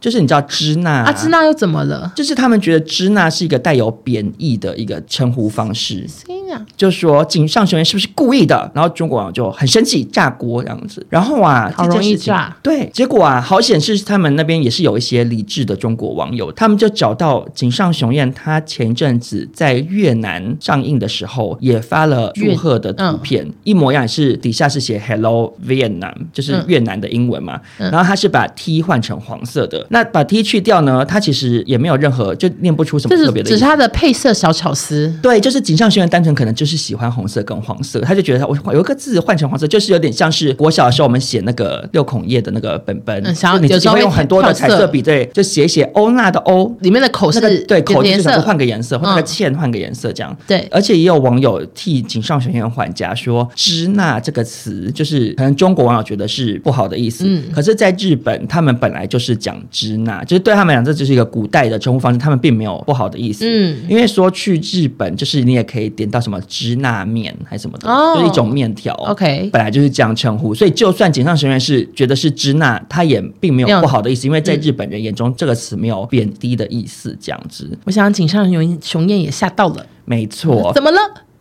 就是你知道支那啊阿芝啊娜又怎么了就是他们觉得支那是一个带有贬义的一个称呼方式。 ？Sina 呀，就说井上雄彦是不是故意的？然后中国网友就很生气，炸锅这样子。然后啊，好这件容易事情炸对，结果啊，好显示他们那边也是有一些理智的中国网友，他们就找到井上雄彦，他前一阵子在越南上映的时候也发了祝贺的图片，嗯一模一样，是底下是写 “Hello Vietnam”，就是嗯越南的英文嘛。嗯然后他是把 T 换成黄色的，那把 T 去掉呢，他其实也没有任何，就念不出什么这特是别的意只思是。它的配色小巧思，对，就是井上学院单纯可能就是喜欢红色跟黄色，他就觉得我有一个字换成黄色，就是有点像是国小的时候我们写那个六孔叶的那个本本，嗯想要就你有自时己候会会用很多的彩跳色色笔，对，就写一写欧娜的欧。里面的口那是个对口连就想色说换个颜色，或那个嗯茜换个颜色这样。对而且也有网友替井上学院还价说“支那”这个词，就是可能中国网友觉得是不好的意思，嗯可是在日本他们本来就是讲“支那”，就是对他们来讲这就是一个古代的称呼方式，他们并没有不好的意思。嗯因为说去日本，就是你也可以点到什么支那面还是什么的，哦就是一种面条。 ，OK，本来就是这样称呼，所以就算井上学院是觉得是支那，他也并没没有有嗯不好的意思，因为在日本人眼中这个词没有贬低的意思，这样子。我想井上雄雄彦也吓到了，没错怎，么了？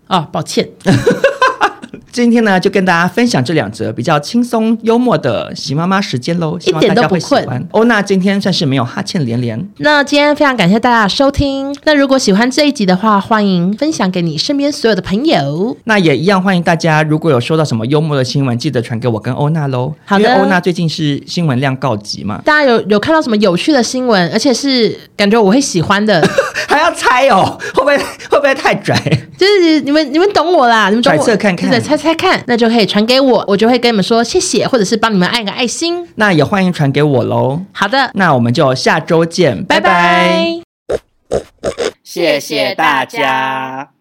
啊，抱歉，今天呢就跟大家分享这两则比较轻松幽默的喜妈妈时间喽，希望一大点都家不会喜困欢。欧娜今天算是没有哈欠连连，那今天非常感谢大家的收听。那如果喜欢这一集的话，欢迎分享给你身边所有的朋友。那也一样欢迎大家，如果有收到什么幽默的新闻，记得传给我跟欧娜喽。好的因为欧娜最近是新闻量告急嘛，大家有有看到什么有趣的新闻，而且是感觉我会喜 欢的，还要猜哦，会不会会不会太拽？就是你们你们懂我啦，你们懂我，揣测看看对猜猜看，那就可以传给我，我就会跟你们说谢谢，或者是帮你们按个爱心。那也欢迎传给我喽。好的，那我们就下周见，拜拜拜拜谢谢大家。